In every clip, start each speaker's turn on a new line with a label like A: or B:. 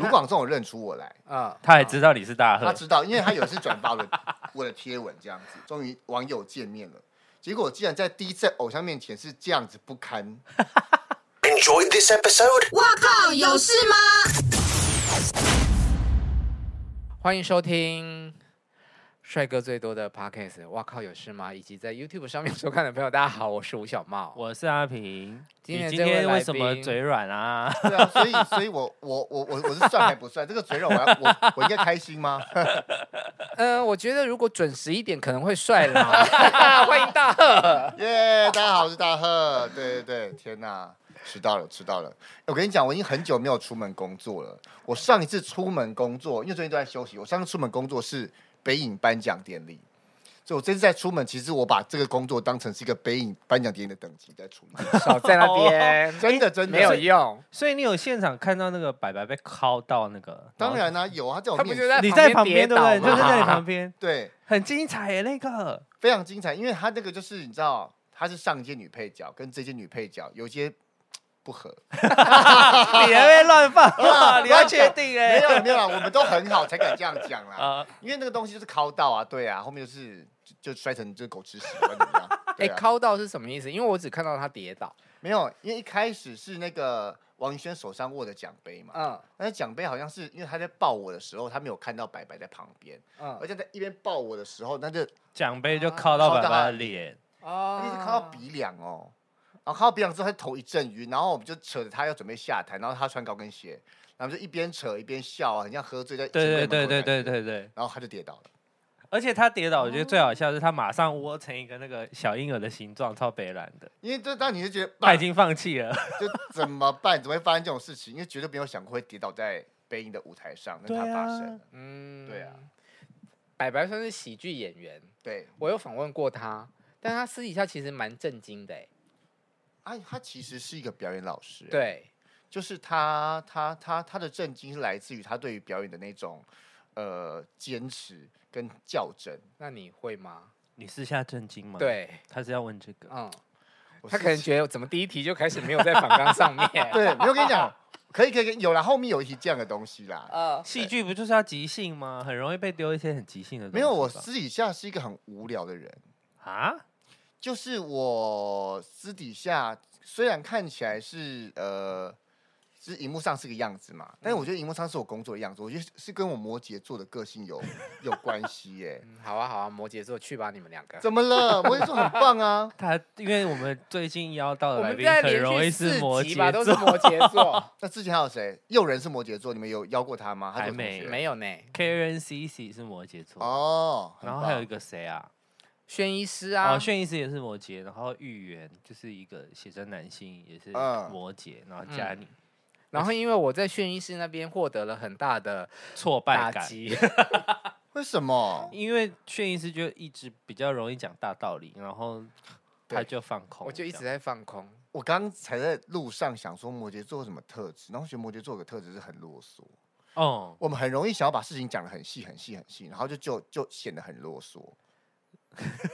A: 网总有认出我来，
B: 啊，
C: 他还知道你是大
A: 他
C: 贺，
A: 知道，因为他有一次转发我的我的贴文这样子，终于网友见面了。结果竟然在第一次偶像面前是这样子不堪，
D: Enjoyed this episode?
E: 哇靠，有事吗？
B: 欢迎收听帅哥最多的 podcast。哇靠，有事吗？以及在 YouTube 上面收看的朋友，大家好，我是吴小茂。
C: 我是阿平。
B: 今天
C: 你今
B: 这位
C: 天
B: 来
C: 为什么
B: 宾
C: 嘴软啊？
A: 对啊，所以所以我我我我我是算还不算？这个嘴软，我要我我应该开心吗？
B: 嗯、我觉得如果准时一点，可能会帅啦。欢迎大贺。
A: 耶、大家好，我是大贺。对对对，天哪，迟到了，迟到了。欸我跟你讲，我已经很久没有出门工作了。我上一次出门工作，因为最近都在休息，我上次出门工作是北影颁奖典礼。所以我这次在出门，其实我把这个工作当成是一个北影颁奖典礼的等级在处理。
B: 少在那 边，
A: 真的真的
B: 没有用。
C: 所以你有现场看到那个白白被敲到那个？
A: 当然啦、有啊，这
B: 哦他
A: 种
B: 不
A: 面
B: 就
A: 试
B: 在
C: 你在旁
B: 边
C: 边对不对？
B: 跌
C: 就
B: 倒
C: 是在你
B: 吗
C: 旁边，
A: 对
C: 很精彩耶那个。
A: 非常精彩，因为他那个就是你知道，他是上一届女配角跟这届女配角有一些嘖不合，
C: 你还会乱 放话？你要确定
A: 没
C: 哎？
A: 有没有啦，我们都很好才敢这样讲啦。
C: 啊，
A: 因为那个东西就是敲到啊，对啊，后面就是就就摔成这狗吃屎，不然怎么 样？
B: 哎、
A: 对啊，
B: 敲到是什么意思？因为我只看到他跌倒。
A: 没有，因为一开始是那个王宇轩手上握着奖杯嘛，
C: 啊
B: 嗯
A: 但是奖杯好像是因为他在抱我的时候，他没有看到白白在旁边，而
C: 啊
B: 嗯，
A: 且在一边抱我的时候，那就一
C: 奖杯就敲到
A: 敲
C: 白
A: 到
C: 白
A: 他的
C: 的脸，啊
B: 哦
A: 直敲到。鼻梁哦。然后敲到鼻梁之后，他头一阵晕，然后我们就扯着他要准备下台，然后他穿高跟鞋，然后就一边扯一边笑啊，很像喝醉在
C: 对对
A: 酒店
C: 对
A: 门口的
C: 对对
A: 感觉，
C: 对对。
A: 然后他就跌倒了。
C: 而且他跌倒，我觉得最好笑的是他马上窝成一个那个小婴儿的形状，超北蓝的，
A: 因为这当你就觉得啊
C: 他已经放弃了。
A: 就怎么办？怎么会发生这种事情？因为绝对没有想过会跌倒在北影的舞台上，那它
C: 对啊
A: 发生了。
B: 嗯
A: 对啊。
B: 白白算是喜剧演员，
A: 对
B: 我有访问过他，但他私底下其实蛮震惊的、欸。
A: 啊，他其实是一个表演老师，，
B: 对，
A: 就是他他他他的震惊是来自于他对于表演的那种呃坚持跟较真。
B: 那你会吗？
C: 你私下震惊吗？，
B: 对，
C: 他是要问这个。
B: 嗯，
A: 我
B: 他
A: 是
B: 可能觉得怎么第一题就开始没有在反纲上 面。
A: 对，没有跟你 讲，可以可以，可以有啦，后面有一题这样的东西啦。
B: 呃，
C: 戏剧不就是要即兴吗？很容易被丢一些很即兴的东
A: 没
C: 西吧。
A: 有，我私底下是一个很无聊的人，
C: 啊，
A: 就是我私底下虽然看起来是呃，是荧幕上是个样子嘛，但是我觉得荧幕上是我工作的样子，我觉得是是跟我摩羯座的个性有有关系耶。
B: 嗯好啊，好啊，摩羯座去吧，你们两个。
A: 怎么了？摩羯座很棒啊！
C: 他因为我们最近邀到
B: 我
C: 的来
B: 们
C: 宾
B: 在
C: 很
B: 连
C: 容
B: 续
C: 易是
B: 四
C: 摩
B: 集吧，
C: 羯
B: 都是
C: 座
B: 摩羯 座，
A: 那之前还有谁？诱人是摩羯座，你们有邀过他吗？他是我
C: 还没
A: 同学
B: 没有呢。
C: ，Karen Cici 是摩羯座，
A: 啊哦。很
C: 然后还有
A: 棒
C: 一个谁啊？
B: 轩医师啊，
C: 哦，炫医师也是摩羯，然后玉元就是一个写真男星，也是
A: 嗯
C: 摩羯，然后加你
B: 然后因为我在轩医师那边获得了很大的
C: 挫败
B: 打
C: 感，
B: 击，
A: 为什么？
C: 因为炫医师就一直比较容易讲大道理，然后他
A: 对
C: 就放空，
B: 我就一直
C: 这样
B: 在放空。
A: 我刚才在路上想说摩羯座有什么特质，然后觉得摩羯座有个特质是很啰嗦，
C: 哦，
A: 我们很容易想要把事情讲得很细、很细、很细，然后就就就显得很啰嗦。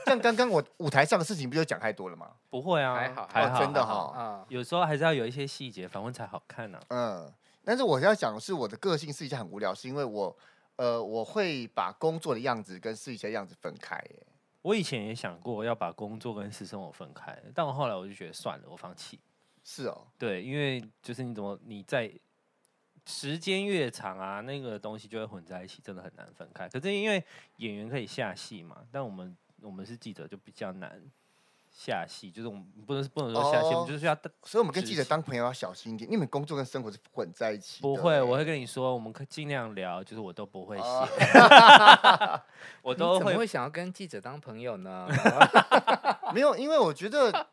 A: 像刚刚我舞台上的事情，不就讲太多了吗？
C: 不会啊，
B: 还好
C: 还
A: 哦
C: 好，
A: 真的
C: 还好
A: 哈
B: 啊，
C: 有时候还是要有一些细节访问才好看啊呢。
A: 嗯，但是我要讲的是，我的个性私底下很无聊，是因为我呃，我会把工作的样子跟私底下的样子分开耶。
C: 我以前也想过要把工作跟私生活分开，但我后来我就觉得算了，我放弃。
A: 是哦，
C: 对，因为就是你怎么你在时间越长啊，那个东西就会混在一起，真的很难分开。可是因为演员可以下戏嘛，但我们我们是记者就比较难下戏，就是我们不能不能说下戏，我
A: 哦
C: 们就是要
A: 所以我们跟记
C: 是
A: 者当朋友要小心一点，因为你们工作跟生活是混在一起的耶。
C: 不会，我会跟你说，我们可尽量聊，就是我都不会写，
A: 哦
C: 我
B: 你
C: 都
B: 怎么
C: 会
B: 会想要跟记者当朋友呢？
A: 没有，因为我觉得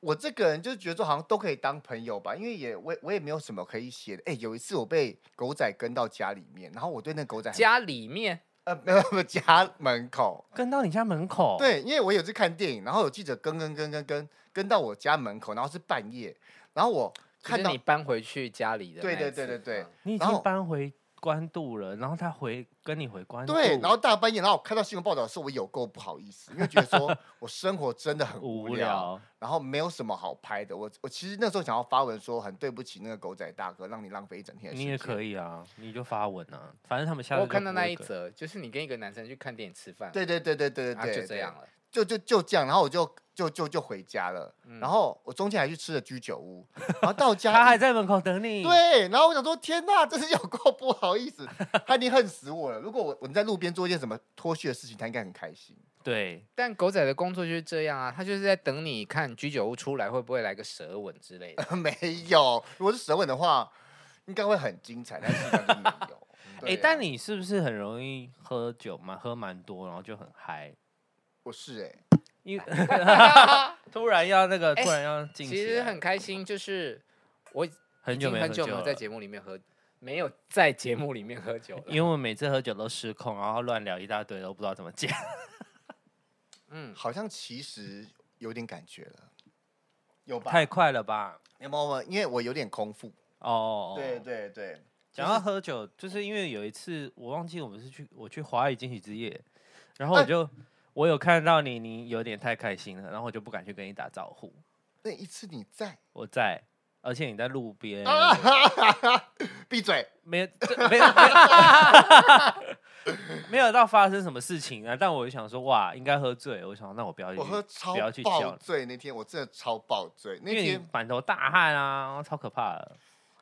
A: 我这个人就是觉得好像都可以当朋友吧，因为也我也我也没有什么可以写的。哎、有一次我被狗仔跟到家里面，然后我对那狗仔很
B: 家里面
A: 呃没有没有家门口，
C: 跟到你家门口。，
A: 对，因为我有次看电影，然后有记者跟跟跟跟跟跟到我家门口，然后是半夜，然后我
B: 看
A: 看
B: 到
A: 到
B: 你搬回去家里的那一
A: 对
B: 次，
A: 对对对对
B: 嗯
C: 你已
A: 然
C: 经
A: 后
C: 搬回关渡了，然后他回跟你回关渡，
A: 对，然后大半夜，然后我看到新闻报道的时候，我有够不好意思，因为觉得 说我生活真的很
C: 无
A: 无聊，
C: 聊，
A: 然后没有什么好拍的。我我其实那时候想要发文说很对不起那个狗仔大哥，让你浪费一整天的时
C: 你
A: 间。
C: 也可以啊，你就发文啊，反正他们下次
B: 我
C: 就
B: 看到
C: 不
B: 那
C: 会
B: 一
C: 跟，
B: 则，就是你跟一个男生去看电影吃饭，
A: 对，对对对对对
B: 啊
A: 对，
B: 就这样了。
A: 就就就这样，然后我就就就就回家了。然后我中间还去吃了居酒屋，然后到家
C: 他还在门口等你，，
A: 对，然后我想说，天呐，真是有够不好意思，他已经恨死我了。如果我我在路边做一件什么脱序的事情，他应该很开心。
C: 对，
B: 但狗仔的工作就是这样啊，他就是在等你看居酒屋出来会不会来个舌吻之类
C: 啊
B: 的。
A: 没有，如果是舌吻的话，应该会很精彩，但是本没有。
C: 哎、
A: 对啊
C: 但你是不是很容易喝酒嘛？喝蛮多，然后就很嗨，
A: 我是哎、
C: 因为突然要那个，
B: 哎
C: 突然要进起
B: 其
C: 来，
B: 实很开心，就是我已
C: 很久
B: 经
C: 没
B: 很
C: 喝
B: 久
C: 酒
B: 没有
C: 了，
B: 在节目里面喝，没有在节目里面喝酒了。
C: 因为我每次喝酒都失控，然后乱聊一大堆，都不知道怎么讲。
B: 嗯，
A: 好像其实有点感觉了，有吧？
C: 太快了吧？
A: 有没有？因为我有点空腹。
C: 哦，
A: 对。对对，
C: 讲
A: 就是
C: 到喝酒，就是因为有一次我忘记我们是去我去华语惊喜之夜，然
A: 啊
C: 后我就、我有看到你，你有点太开心了，然后我就不敢去跟你打招呼。
A: 那一次你在，
C: 我在，而且你在路边，
A: 啊闭嘴。
C: 没有这没有 没有没有到发生什么事情啊，但我就想说哇，应该喝醉了，我想那我不要去，
A: 我喝超
C: 不要去
A: 爆
C: 叫，
A: 醉那天，我真的超爆醉。那
C: 因为
A: 天
C: 你满头大汗啊，超可怕的。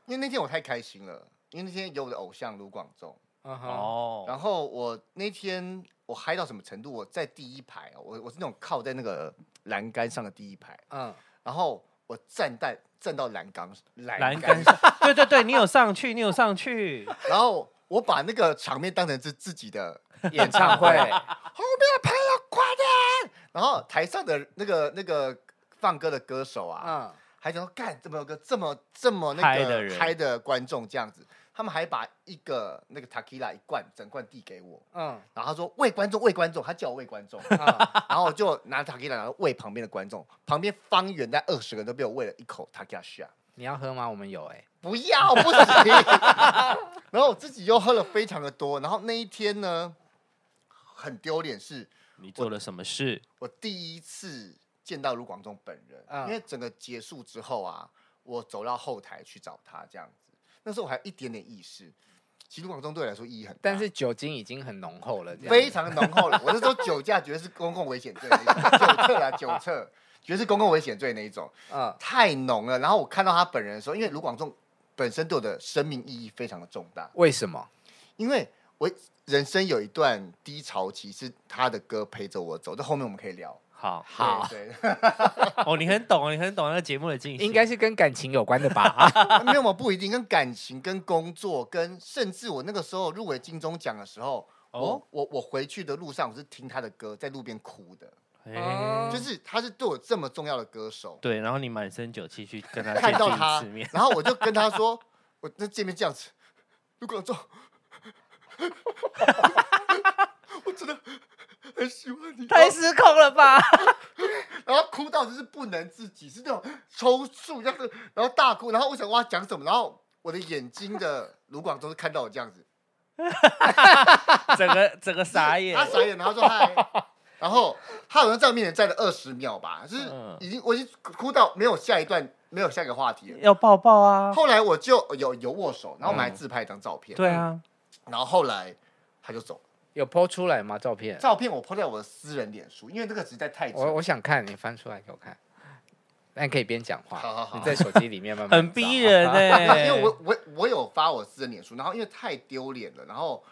A: 因为那天我太开心了，因为那天有我的偶像卢广仲，
B: 嗯哼
C: 哦，
A: 然后我那天我嗨到什么程度？我在第一排哦，我我是那种靠在那个栏杆上的第一排，
B: 嗯，
A: 然后我站在站到栏杆栏
C: 栏
A: 杆
C: 杆
A: 上，
C: 对对对，你有上去，你有上去，
A: 然后我把那个场面当成是自己 的
B: 演唱会
A: 后面的朋友快点，然后台上的那个那个放歌的歌手啊，
B: 嗯，
A: 还想说干怎么有个这么这么那
C: 嗨
A: 个
C: 的人
A: 嗨的观众这样子，他们还把一个那个 tequila 一罐整罐递给我，
B: 嗯
A: 然后他说喂观众喂观众，他叫我喂观众，啊
B: 嗯，
A: 然后我就拿 tequila 然后喂旁边的观众，旁边方圆在二十个人都被我喂了一口 tequila shot，
B: 你要喝吗？我们有哎、
A: 不要不行， 然后我自己又喝了非常的多，然后那一天呢很丢脸是，
C: 你做了什么事？
A: 我第一次见到卢广仲本人，
B: 嗯
A: 因为整个结束之后啊，我走到后台去找他这样子。那时候我还有一点点意识，其实卢广仲对我来说意义很大，
B: 但是酒精已经很浓厚了，这样
A: 非常浓厚了。我那时候酒驾绝对是公共危险罪那一种，酒测啦，酒测绝对是公共危险罪那一种，
B: 嗯
A: 太浓了。然后我看到他本人的时候，因为卢广仲本身对我的生命意义非常的重大，
B: 为什么？
A: 因为我人生有一段低潮期是他的歌陪着我走，这后面我们可以聊。
C: 好
B: 好
A: 对。对
C: 哦，你很懂，你很懂那个节目的进行，
B: 应该是跟感情有关的 吧？
A: 啊没有嘛，不一定，跟感情、跟工作、跟甚至我那个时候入围金钟奖的时候，
C: 哦
A: 我我我回去的路上，我是听他的歌，在路边哭的，
C: 哎
A: 就是他是对我这么重要的歌手，
C: 对，然后你满身酒气去跟他
A: 看
C: 见
A: 到
C: 第一
A: 他
C: 次面，，
A: 然后我就跟他说， 我那见面这样子，如果做， 我真的很喜欢你，
C: 太失控了吧？
A: 然后哭到就是不能自己，是那种抽搐这样子，然后大哭，然后我想哇讲什么，然后我的眼睛的卢广仲是看到我这样子。
C: 整个整个傻眼
A: 他，傻眼，然后说 嗨，然后他好像在我面前站了二十秒吧，就是
C: 嗯
A: 已经我已经哭到没有下一段，没有下一个话题了。
C: 要抱抱啊，
A: 后来我就有有握手，然后我们还自拍一张照片。
C: 对，啊，
A: 然后后来他就走了，
B: 有 PO 出来吗？照片？
A: 照片我 p 在我的私人脸书，因为这个实在太
B: 我
A: 丑。
B: 我想看，你翻出来给我看。那你可以边讲话，
A: 好好好
B: 你在手机里面慢慢
C: 很逼人欸
B: 找
C: 呢、
A: 因为我我我有发我私人脸书，然后因为太丢脸了，然后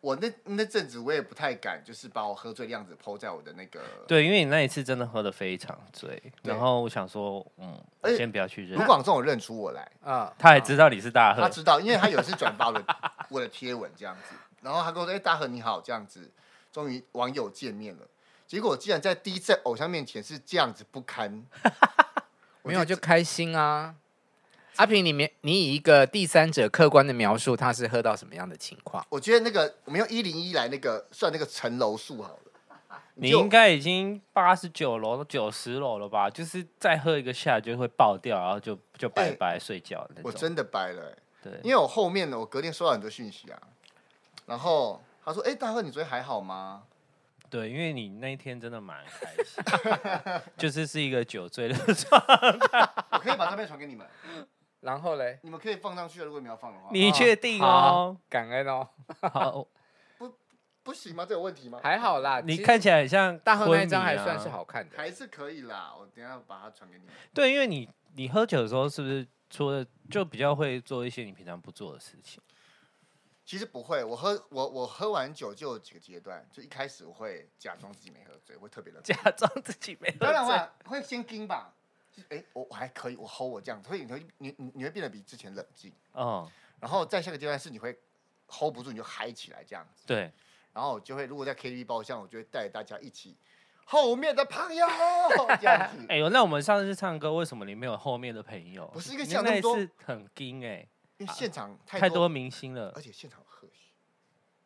A: 我那那阵子我也不太敢，就是把我喝醉的样子 p 在我的那个。
C: 对，因为你那一次真的喝的非常醉，
A: 对
C: 然后我想说，嗯，
A: 而且
C: 先不要去认
A: 卢，广仲有认出我来，
B: 嗯，
C: 他还知道你是大
A: 啊他
C: 喝，
A: 知道，因为他有一次转发我 的我的贴文这样子，然后他跟我说：“哎、大河你好，这样子，终于网友见面了。”结果我竟然在第一次偶像面前是这样子不堪，
B: 没有就开心啊。阿平，你面你以一个第三者客观的描述，他是喝到什么样的情况？
A: 我觉得那个我们用一零一来那个算那个层楼数好了，
C: 你
A: 就
C: 应该已经八十九楼、九十楼了吧？就是再喝一个下就会爆掉，然后就就拜拜睡觉那
A: 哎我
C: 种。
A: 真的掰了、欸
C: 对，
A: 因为我后面我隔天收到很多讯息啊，然后他说：“哎、大贺，你昨天还好 吗
C: 对，因为你那一天真的蛮开心，就是是一个酒醉的状态。？”
A: 我可以把照片传给你们，
B: 然后嘞，
A: 你们可以放上去，如果你们要放的话，
C: 你
A: 啊
C: 确定
B: 好
C: 哦？
B: 感恩哦，
C: 好，
A: 不行吗？这有问题吗？
B: 还好啦。
C: 你
B: 其实
C: 看起来很像
B: 大亨
C: 昏
B: 那一张
C: 迷
B: 还算
C: 啊
B: 是好看的，
A: 还是可以啦，我等一下把它传给你们。
C: 对，因为你你喝酒的时候是不是除了就比较会做一些你平常不做的事情？
A: 其实不会，我喝我我喝完酒就有几个阶段，就一开始我会假装自己没喝醉，会特别的。
C: 假装自己没喝
A: 当然
C: 醉。
A: 会会先盯吧，哎、诶我我还可以，我 hold 我这样子，会你会你你你会变得比之前冷静，
C: 哦，
A: 然后再下个阶段是你会 hold 不住，你就嗨起来这样子，
C: 对，
A: 然后我就会如果在 KTV 包厢，我就会带大家一起后面的朋友这样子。
C: 哎呦，那我们上次唱歌，为什么你没有后面的朋友？
A: 不是因为
C: 你
A: 像那
C: 那
A: 么
C: 一
A: 多
C: 次很惊哎、
A: 因为现场太
C: 太多明星了
A: 而且现场喝酒，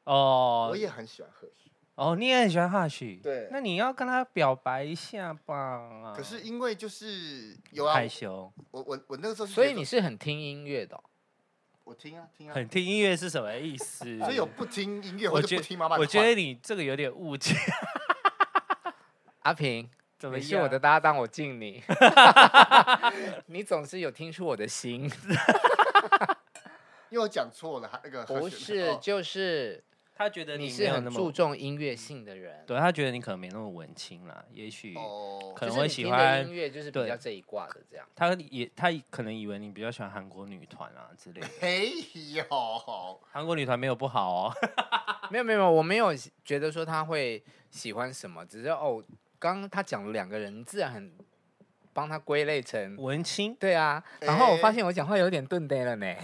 C: 哦
A: 我。也很喜欢喝酒，
C: 哦，你也很喜欢哈许，
A: 对
C: 那你要跟他表白一下吧。
A: 可是因为就是有啊，
C: 害羞，
A: 我我我那
C: 啊
A: 个时候是
B: 所以
A: 觉得
B: 你是很听音乐的哦、
A: 我听啊听啊，
C: 很听音乐是什么意思？
A: 所以有不听音乐
C: 我
A: 或者
C: 觉
A: 不听妈妈的话，
C: 我觉得你这个有点误解，
B: 阿平，
C: 怎么
B: 你
C: 样？
B: 是我的搭档，我敬 你。你总是有听出我的 心，
A: 因为我讲错了，还那个和
B: 不
A: 弦的
B: 是，
A: 哦
B: 就是
C: 他觉得
B: 你
C: 没
B: 是
C: 有
B: 很
C: 那么
B: 注重音乐性的人，
C: 对他觉得你可能没那么文青啦，也许
A: 哦，
C: 可
B: 就
C: 能
B: 是
C: 会
B: 你
C: 喜
B: 听的
C: 欢
B: 音乐就是比
C: 对
B: 较这一挂的这样。
C: 他也他可能以为你比较喜欢韩国女团啊之类的
A: 没有，
C: 韩国女团没有不好哦，
B: 没有没有，没有，我没有觉得说他会喜欢什么，只是哦，刚刚他讲了两个人，你自然很帮他归类成。
C: 文青
B: 对啊，然后我发
A: 哎
B: 现我讲话有点钝呆了 呢。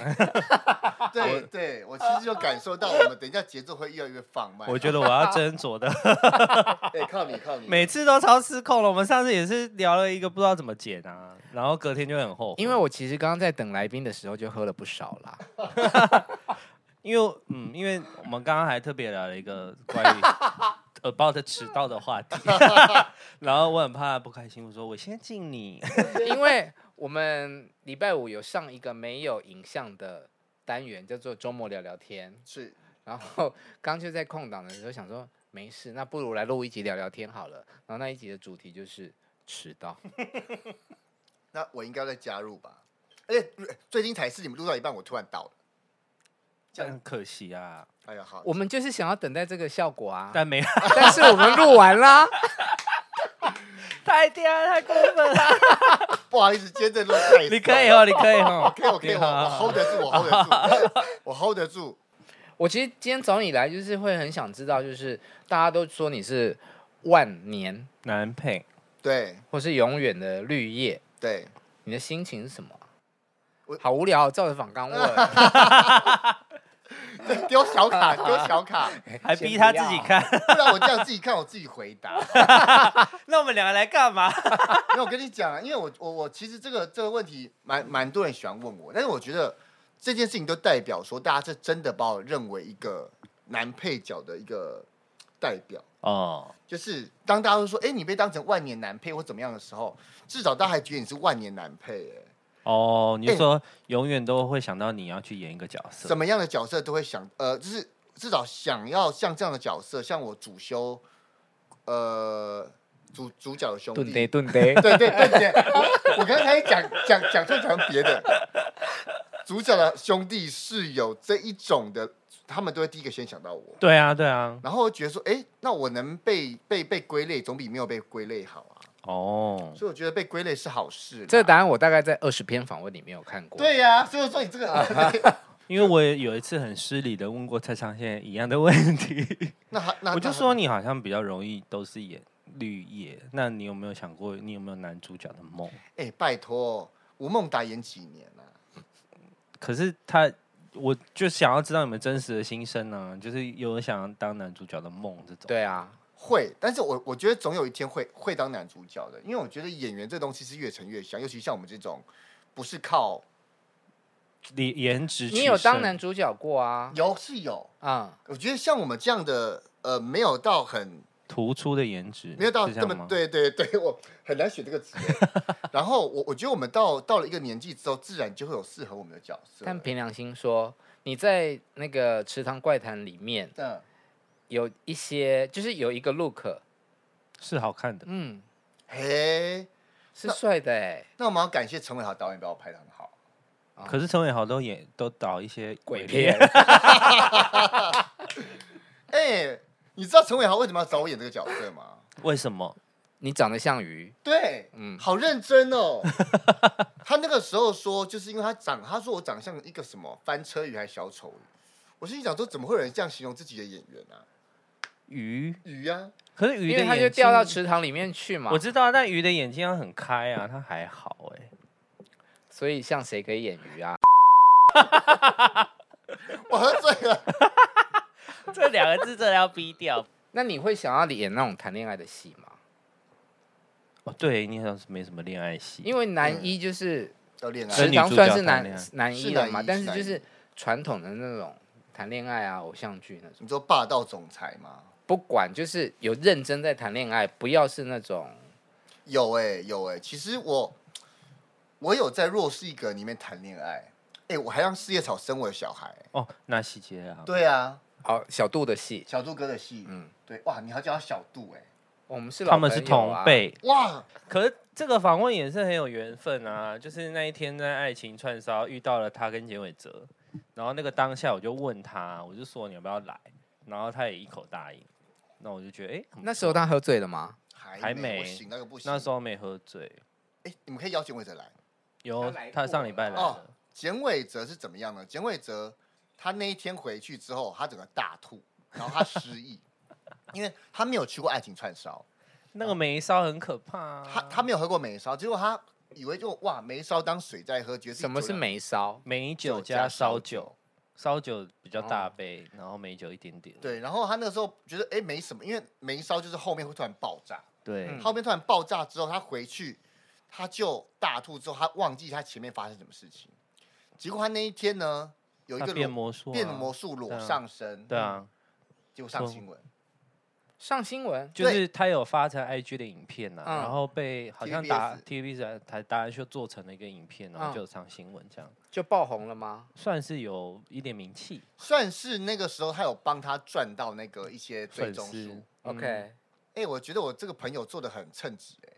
A: 对对，我其实就感受到我们等一下节奏会越来越放慢。
C: 我觉得我要斟酌 的，
A: 对，靠你靠你，
C: 每次都超失控了。我们上次也是聊了一个不知道怎么剪啊，然后隔天就很后悔，
B: 因为我其实刚刚在等来宾的时候就喝了不少啦。
C: 因为嗯，因为我们刚刚还特别聊了一个关 于 about 迟到的话题，然后我很怕他不开心，我说我先 敬你，
B: 因为我们礼拜五有上一个没有影像的单元，叫做周末聊聊天。
A: 是
B: 然后刚就在空档的时候想说，没事，那不如来录一集聊聊天好了。然后那一集的主题就是迟到，
A: 那我应该再加入吧。而且最精彩是你们录到一半，我突然倒了。
C: 这样很可惜啊，
A: 哎呀，好，
B: 我们就是想要等待这个效果啊。
C: 但没
B: 但是我们录完啦，
C: 太嗲太过分了。
A: 不好意思，今天这录太
C: 你可以哦，你可以 哦，
A: 可以，我可以，我我 hold 得住，我 hold 得住，我 hold 得住。
B: 我其实今天找你来就是会很想知道，就是大家都说你是万年
C: 男配
A: 对
B: 或是永远的绿叶，
A: 对，
B: 你的心情是什么啊
A: 我？
B: 好无聊，照着访刚问。
A: 丢小卡，丢小卡，
C: 还逼他自己 看。
A: 哎不然我这样自己看，我自己回答。
C: 那我们两个来干嘛？
A: 没有，我跟你讲啊，因为我我我其实这个这个问题蛮蛮多人喜欢问我，但是我觉得这件事情都代表说大家是真的把我认为一个男配角的一个代表，
C: 哦，
A: 就是当大家都说哎、诶你被当成万年男配或怎么样的时候，至少大家还觉得你是万年男配、诶
C: 哦，你就说永远都会想到你要去演一个角色
A: 怎，哎么样的角色都会想呃，就是至少想要像这样的角色，像我主修呃主主角的兄
B: 顿
A: 弟。
B: 呆顿呆，
A: 对对对对，我我刚才讲讲讲错讲别的，主角的兄弟是有这一种的，他们都会第一个先想到我，
C: 对啊，对啊，
A: 然后我觉得说，哎，那我能被被被归类，总比没有被归类好啊。
C: 哦，
A: 所以我觉得被归类是好事啦。
B: 这个答案我大概在二十篇访问里面有看过。，
A: 对呀、所以说你这
C: 啊
A: 个，
C: 因为我也有一次很失礼的问过蔡昌宪一样的问题，
A: 那他那
C: 我就
A: 那
C: 说你好像比较容易都是演绿叶，那你有没有想过你有没有男主角的梦？
A: 哎，拜托，吴孟达演几年啊？
C: 可是他。我就想要知道你们真实的心声呢、就是有想要当男主角的梦这种。
B: 对啊，
A: 会，但是我我觉得总有一天会会当男主角的，因为我觉得演员这东西是越沉越香，尤其像我们这种不是靠
C: 你颜值，
B: 你有当男主角过啊？
A: 有是有，
B: 嗯，
A: 我觉得像我们这样的，呃，没有到很
C: 突出的颜值，
A: 没有到
C: 是
A: 这
C: 样
A: 么
C: 吗？
A: 对对对，我很难选这个词 欸。然后我我觉得我们到到了一个年纪之后，自然就会有适合我们的角色。
B: 但凭良心说，你在那个《池塘怪谈》里面
A: 嗯，
B: 有一些，就是有一个 look，
C: 是好看的。
B: 嗯，
A: 嘿，
B: 是
A: 那
B: 帅的哎、
A: 那我们要感谢陈伟豪导演把我拍的很好。
B: 啊
C: 可是陈伟豪都演都导一些
B: 鬼
C: 片，
B: 片
A: 哎、你知道陈伟豪为什么要找我演这个角色吗？
C: 为什么？
B: 你长得像鱼，
A: 对，
B: 嗯，
A: 好认真哦。他那个时候说，就是因为他长，他说我长像一个什么翻车鱼还是小丑鱼。我心里想说，怎么会有人这样形容自己的演员啊？
C: 鱼，
A: 鱼啊，
C: 可是鱼
B: 因
C: 的
B: 为他就
C: 眼
B: 掉到
C: 睛
B: 池塘里面去嘛
C: 我，知道啊，但鱼的眼睛要很开啊，它还好哎、
B: 所以像谁可以演鱼啊？
A: 我喝醉了。
C: 这两个字真的要逼掉。
B: 那你会想要演那种谈恋爱的戏吗？
C: 哦，对你好像是没什么恋爱戏，
B: 因为男一就是
A: 要恋
C: 所
A: 爱
C: 以
B: 池
C: 女
B: 塘
C: 主
B: 算
C: 角
B: 是
C: 谈
B: 男
C: 恋爱
B: 男
A: 是
B: 一了
A: 男
B: 嘛，
A: 一
B: 但
A: 是
B: 是
A: 男
B: 就是
A: 一
B: 传统的那种谈恋爱啊、偶像剧那种，
A: 你说霸道总裁吗？
B: 不管就是有认真在谈恋爱，不要是那种
A: 有哎、有哎、其实我我有在弱势一个里面谈恋爱，哎、我还让四叶草生我的小孩、
C: 哦，那细节啊，
A: 对啊，
B: 哦小度的戏。
A: 小杜哥的戏，
B: 嗯，
A: 对，哇，你还叫他小杜哎、
B: 我们是老
C: 他们是
B: 朋友
C: 同
B: 啊，
C: 辈。
A: 哇，
C: 可是这个访问也是很有缘分啊，就是那一天在爱情串烧遇到了他跟简伟哲，然后那个当下我就问他，我就说你要不要来，然后他也一口答应，那我就觉得哎、诶
B: 那时候他喝醉了吗？
A: 还
C: 还
A: 没，
C: 没
A: 不行，那个不行。
C: 那时候没喝醉，
A: 哎、你们可以邀简伟哲来。
C: 有
B: 他来
C: 他
B: 过
C: 上礼拜来
A: 哦
C: 的，
A: 简伟哲是怎么样呢？简伟哲他那一天回去之后，他整个大吐，然后他失忆，因为他没有去过爱情串烧，
C: 那个梅烧很可怕、啊，
A: 他他没有喝过梅烧，结果他以为就哇梅烧当水在喝，觉得自己
B: 什么是
A: 酒量
B: 梅烧？
C: 美酒
A: 酒
C: 加
A: 加烧
C: 烧酒
A: 酒，
C: 烧酒比较大
B: 哦
C: 杯，然后美酒一点点，
A: 对，然后他那个时候觉得哎、诶没什么，因为梅烧就是后面会突然爆炸，
C: 对
B: 嗯
A: 后面突然爆炸之后，他回去他就大吐之后，他忘记他前面发生什么事情。结果他那一天呢，有一
C: 他
A: 个
C: 变
A: 裸
C: 魔术、啊，
A: 变魔嗯术裸
C: 对啊
A: 上身，
C: 对啊，
A: 结果上
C: 说
A: 新闻，
B: 上新闻
C: 就
A: 对
C: 是他有发成 IG 的影片呐、
B: 嗯
C: 然后被好像打
A: TVBS
C: TVBS 台达人秀做成了一个影片，然后
B: 嗯
C: 就有上新闻，这样、
B: 就爆红了吗？
C: 算是有一点名气，
A: 算是那个时候他有帮他赚到那个一些追
C: 粉
A: 踪
C: 丝
A: 数。
C: 嗯
B: OK，
A: 哎、我觉得我这个朋友做的很称职哎。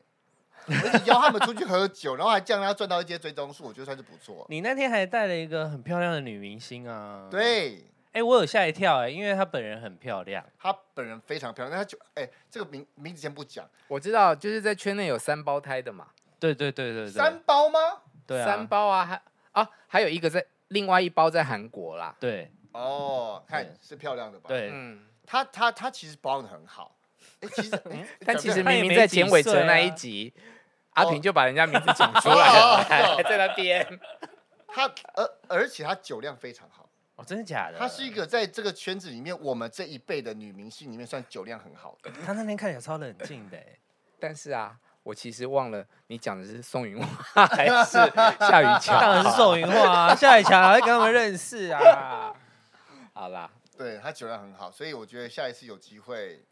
A: 我一直邀他们出去喝酒，然后还这样让他赚到一些追踪数，我觉得算是不 错。
C: 你那天还带了一个很漂亮的女明星啊，，
A: 对，
C: 哎、我有吓一跳哎、因为她本人很漂亮，
A: 她本人非常漂亮，但她就哎、这个名名字先不讲，
B: 我知道，就是在圈内有三胞胎的嘛，
C: 对对对对对，
A: 三包吗？
C: 对啊，
B: 三胞啊，还啊，还有一个在另外一包在韩国啦。
C: 对
A: 哦，
C: 对
A: 看是漂亮的吧？，
C: 对，
B: 嗯，
A: 她她她其实保养的很 好。哎、其实，哎
B: 但其实
A: 讲得
C: 没
B: 明明
C: 几
B: 在简伟
C: 岁
B: 哲
C: 啊
B: 那一集，阿
A: 哦
B: 平就把人家名字讲出
A: 哦
B: 来了，
A: 哦哦
B: 还在那边。
A: 她而而且她酒量非常好，
C: 哦，真的假的？
A: 她是一，个在这个圈子里面我们这一辈的女明星里面算酒量很好的。
C: 她那天看起来超冷静的、哎
B: 但是啊，我其实忘了你讲的是宋云华还 是夏雨乔。
C: 当然是宋云化啊，夏雨乔还会跟他们认识啊，
B: 好啦，
A: 对她酒量很好，所以我觉得下一次有机会，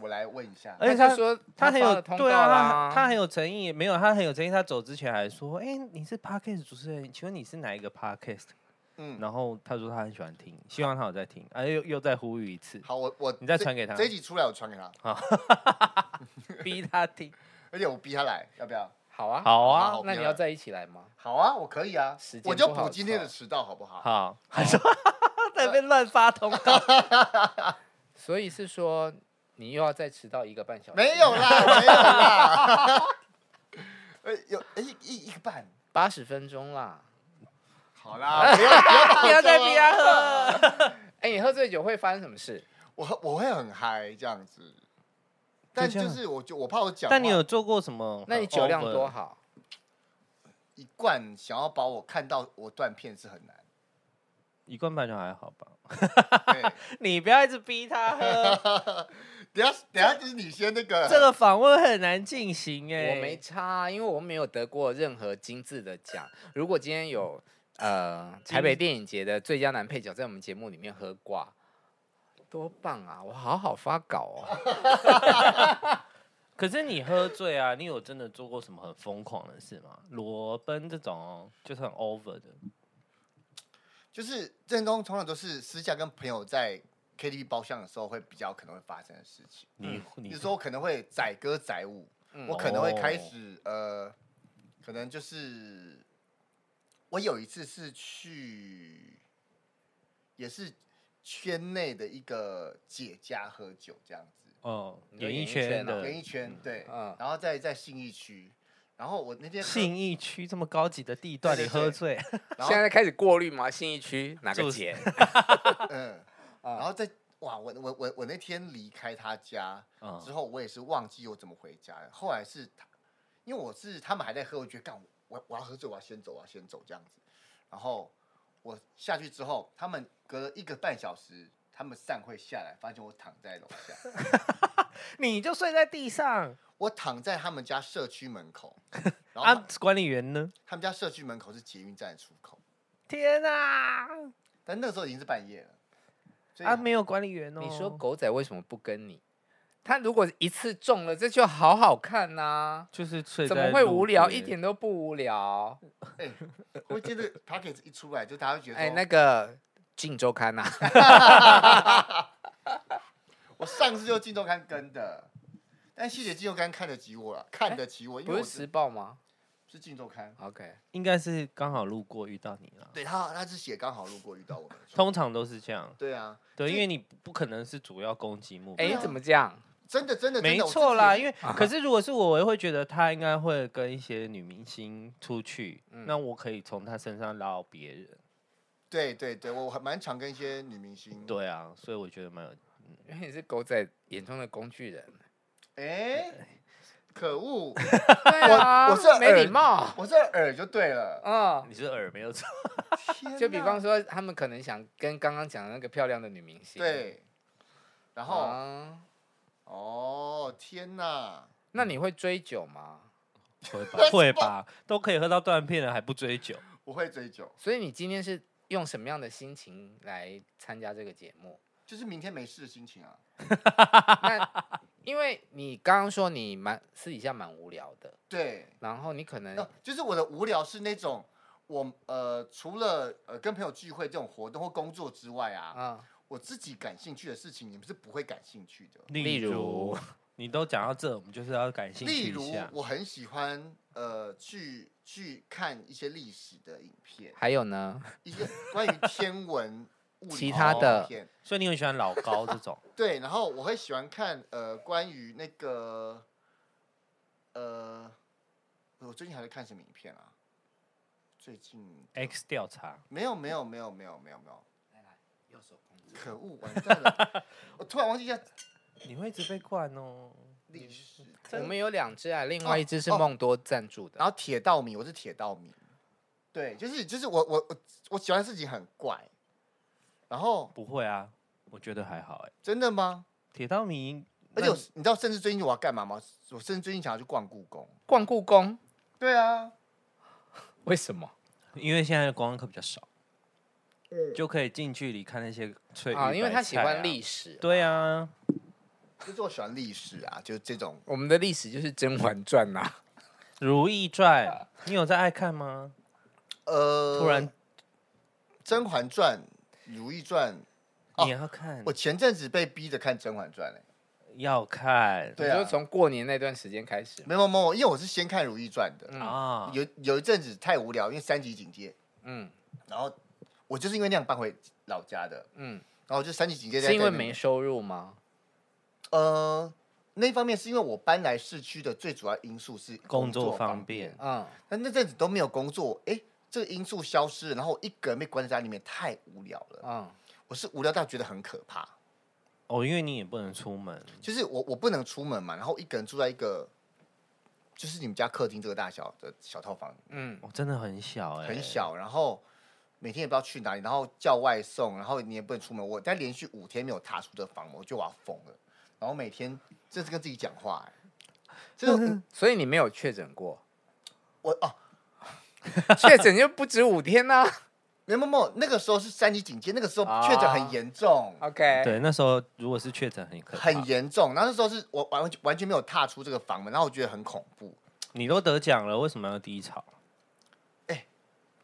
A: 我来问一下。
C: 而且
B: 他就
C: 她
B: 说
C: 他很
B: 发
C: 有
B: 了通告
C: 对啊，
B: 啦
C: 他，他很有诚意，没有他很有诚意。他走之前还说：“哎、你是 podcast 主持人，请问你是哪一个 podcast？”
A: 嗯，
C: 然后他说他很喜欢听，希望他有在听，啊，又又再呼吁一 次，
A: 好，我我
C: 你再
A: 这
C: 传给她
A: 这一集出来我传给她，
C: 逼他听。
A: 而且我逼她来，要不要？
B: 好啊，
C: 好
A: 好
C: 啊
A: 啊，好
B: 那你要在一起来吗？
A: 好啊，我可以啊
B: 时，间
A: 我就
B: 不好
A: 补今天的
C: 啊
B: 凑
A: 迟到，好不好？
C: 好，还说 在那边乱发通告，
B: 所以是说你又要再迟到一个半小时？
A: 没有啦，没有啦。 呃，有哎一一一个半，啊
B: 八十分钟啦。
A: 好啦，不要不要
C: 不要再
A: 包
C: 逼
A: 装啊
C: 他喝。
B: 哎、你喝醉酒会发生什么 事？
A: 我我会很嗨这样子，但
C: 这样
A: 就是我就我怕我讲话，
C: 但你有做过什么？
B: 那你酒量多？好？
A: 一贯想要把我看到我断片是很 难。
C: 一罐半就还好吧。
A: 对，
C: 你不要一直逼他 喝，
A: 等一下等一下就是你先那个
C: 这个访问很难进行哎。
B: 我没差啊，因为我没有得过任何金字的奖。如果今天嗯有呃台北电影节的最佳男配角在我们节目里面喝挂，多棒啊！我好好发稿 哦。
C: 可是你喝醉啊，你有真的做过什么很疯狂的事吗？裸奔这种哦就是很 over 的，
A: 就是正宫通常都是私下跟朋友在 KTV 包厢的时候会比较可能会发生的事情。
C: 你你
A: 比如说我可能会载歌载舞，
B: 嗯
A: 我可能会开
C: 哦
A: 始、呃，可能就是我有一次是去，也是圈内的一个姐家喝酒这样子，
C: 哦，
B: 你说
C: 演
B: 演
C: 艺
B: 艺圈
C: 圈
B: 啊
C: 的
A: 演艺圈对，
B: 嗯
A: 然后在在信义区，然后我那天喝
C: 信义区这么高级的地段，
A: 对
C: 你
A: 对对
C: 喝 醉，
A: 然后
B: 现在开始过滤吗？信义区哪个
C: 就是
B: 节？
A: 嗯，然后在哇，我我我我那天离开他家，
C: 嗯
A: 之后，我也是忘记我怎么回家了。后来是他，因为我是他们还在喝，我觉得干我我我要喝醉，我要先走，我要先走这样子。然后我下去之后，他们隔了一个半小时，他们散会下来，发现我躺在楼下，
C: 你就睡在地上
A: 我躺在他们家社区门口，然后
C: 啊
A: 他,、？
C: 管理员呢？
A: 他们家社区门口是捷运站的出口，
C: 天啊！
A: 但那个时候已经是半夜了，所以、
C: 啊，没有管理员哦。
B: 你说狗仔为什么不跟你？他如果一次中了，这就好好看呐、
C: 就是睡
B: 怎
C: 在
B: 么会
C: 路
B: 无聊？
C: 边
B: 一点都不无聊。
A: 我记得 p a c k a g e 一出来，就大家会觉得说，
B: 哎，那个《镜周刊》呐，
A: 我上次就金周刊跟的，但细节金周刊看得起我了，看得起我，因
B: 不
A: 为
B: 是
A: 我
B: 时报吗
A: 是金周刊。
B: ？OK，
C: 应该是刚好路过遇到你了。
A: 对他，他是写刚好路过遇到我们的时候。
C: 通常都是这样，
A: 对啊，
C: 对，
A: 就
C: 因为你不可能是主要攻击目标。
B: 哎，
A: 对
B: 你
A: 啊
B: 怎么这样？
A: 真的真的真
C: 没
A: 的
C: 错啦，因
A: 为
C: 为
B: 啊
C: 可是如果是我，我也会觉得他应该会跟一些女明星出去，
B: 嗯
C: 那我可以从他身上捞别人。
A: 对对对，我还蛮常跟一些女明星。，
C: 对啊，所以我觉得蛮有。
B: 因为你是狗仔眼中的工 具人。
A: 哎，可恶，
B: 对啊
A: 我是
B: 没
A: 耳
B: 礼貌。
A: 我这耳就对了。
B: 嗯，
C: 你是耳没有错，
A: 天
B: 就比
A: 哪
B: 方说，他们可能想跟刚刚讲的那个漂亮的女明星。，
A: 对，然后
B: 啊，
A: 哦天哪，
B: 那你会追酒吗？
C: 会吧？会吧？都可以喝到断片了，还不追酒？
A: 我会追酒，
B: 所以你今天是用什么样的心情来参加这个节目？
A: 就是明天没事的心情啊。
B: 那因为你刚刚说你蛮私底下蛮无聊的，
A: 对，
B: 然后你可能
A: 呃就是我的无聊是那种我呃除了呃跟朋友聚会这种活动或工作之外啊，
B: 啊，
A: 我自己感兴趣的事情你们是不会感兴趣的。
C: 例
B: 例如
C: 你都讲到这，我们就是要感兴
A: 例
C: 趣
A: 如
C: 一下，。
A: 我很喜欢呃去去看一些历史的影片，
B: 还有呢，
A: 一些关于天文、物理
B: 其他
A: 的
B: 的
A: 影片。
C: 所以你很喜欢老高这种，
A: 对，然后我会喜欢看呃关于那个呃，我最近还在看什么影片啊？最近
C: X 调查，
A: 没有没有没有没有没有没有，
B: 右手空击
A: 可恶，完蛋了！我突然忘记一下
C: 你会一直被灌哦。
A: 历史。
B: 我们有两只啊，另外一只是
A: 哦
B: 梦多赞助的。啊
A: 然后铁道迷，我是铁道迷。对，就是就是我我我我喜欢的事情很怪。然后
C: 不会啊，我觉得还好哎。
A: 真的吗？
C: 铁道迷，
A: 而且我
C: 那
A: 你知道，甚至最近我要干嘛吗？我甚至最近想要去逛故宫。
B: 逛故宫，
A: 对啊，
B: 为什么
C: 因为现在的观光客比较少，就可以近距离看那些翠玉
B: 啊？因为
C: 白
B: 他喜
C: 菜
B: 欢
C: 啊
B: 历史。
C: 对啊，
A: 就是我喜欢历史啊，就是这种。
B: 我们的历史就是《甄嬛传》呐，
C: 《如懿传》，你有在爱看吗？
A: 呃，
C: 突然
A: 《甄嬛传》《如懿传》，哦
C: 你要看
A: 我，前阵子被逼着看《甄嬛传》嘞。欸
C: 要看，
A: 对
B: 你
A: 啊
B: 就，从过年那段时间开始嘛。
A: 没有没有，因为我是先看《如懿传》的。
B: 嗯
C: 啊，
A: 有有一阵子太无聊，因为三级警戒，
B: 嗯
A: 然后我就是因为那样搬回老家的，
B: 嗯，
A: 然后就三级警
C: 啊
A: 戒在
B: 是因为
A: 在那边
B: 没收入吗？
A: 呃，那一方面是因为我搬来市区的最主要因素是
C: 工
A: 作
C: 作方
A: 方
C: 便，
B: 嗯，
A: 但那阵子都没有工作，哎、这个因素消失了，然后我一个人被关在家里面，太无聊了。
B: 嗯，
A: 我是无聊到觉得很可怕，
C: 哦，因为你也不能出门，
A: 就是我我不能出门嘛，然后一个人住在一个就是你们家客厅这个大小的小套房，
B: 嗯，
C: 我哦真的很小哎，
A: 很，小，然后每天也不知道去哪里，然后叫外送，然后你也不能出门。我在连续五天没有踏出这房门，我就我要疯了。然后每天这是跟自己讲话、哎这是
B: 所以你没有 确诊过，
A: 我哦，
B: 确诊就不止五天呐。
A: 没有没有没有，那个时候是三级警戒，那个时
B: 啊
A: 候确诊很严重，
B: OK，
C: 对，那时候如果是确诊很啊可怕
A: 很，严重。然后那时候是我完完完全没有踏出这个房门，然后我觉得很恐怖。
C: 你都得奖了，为什么要低潮？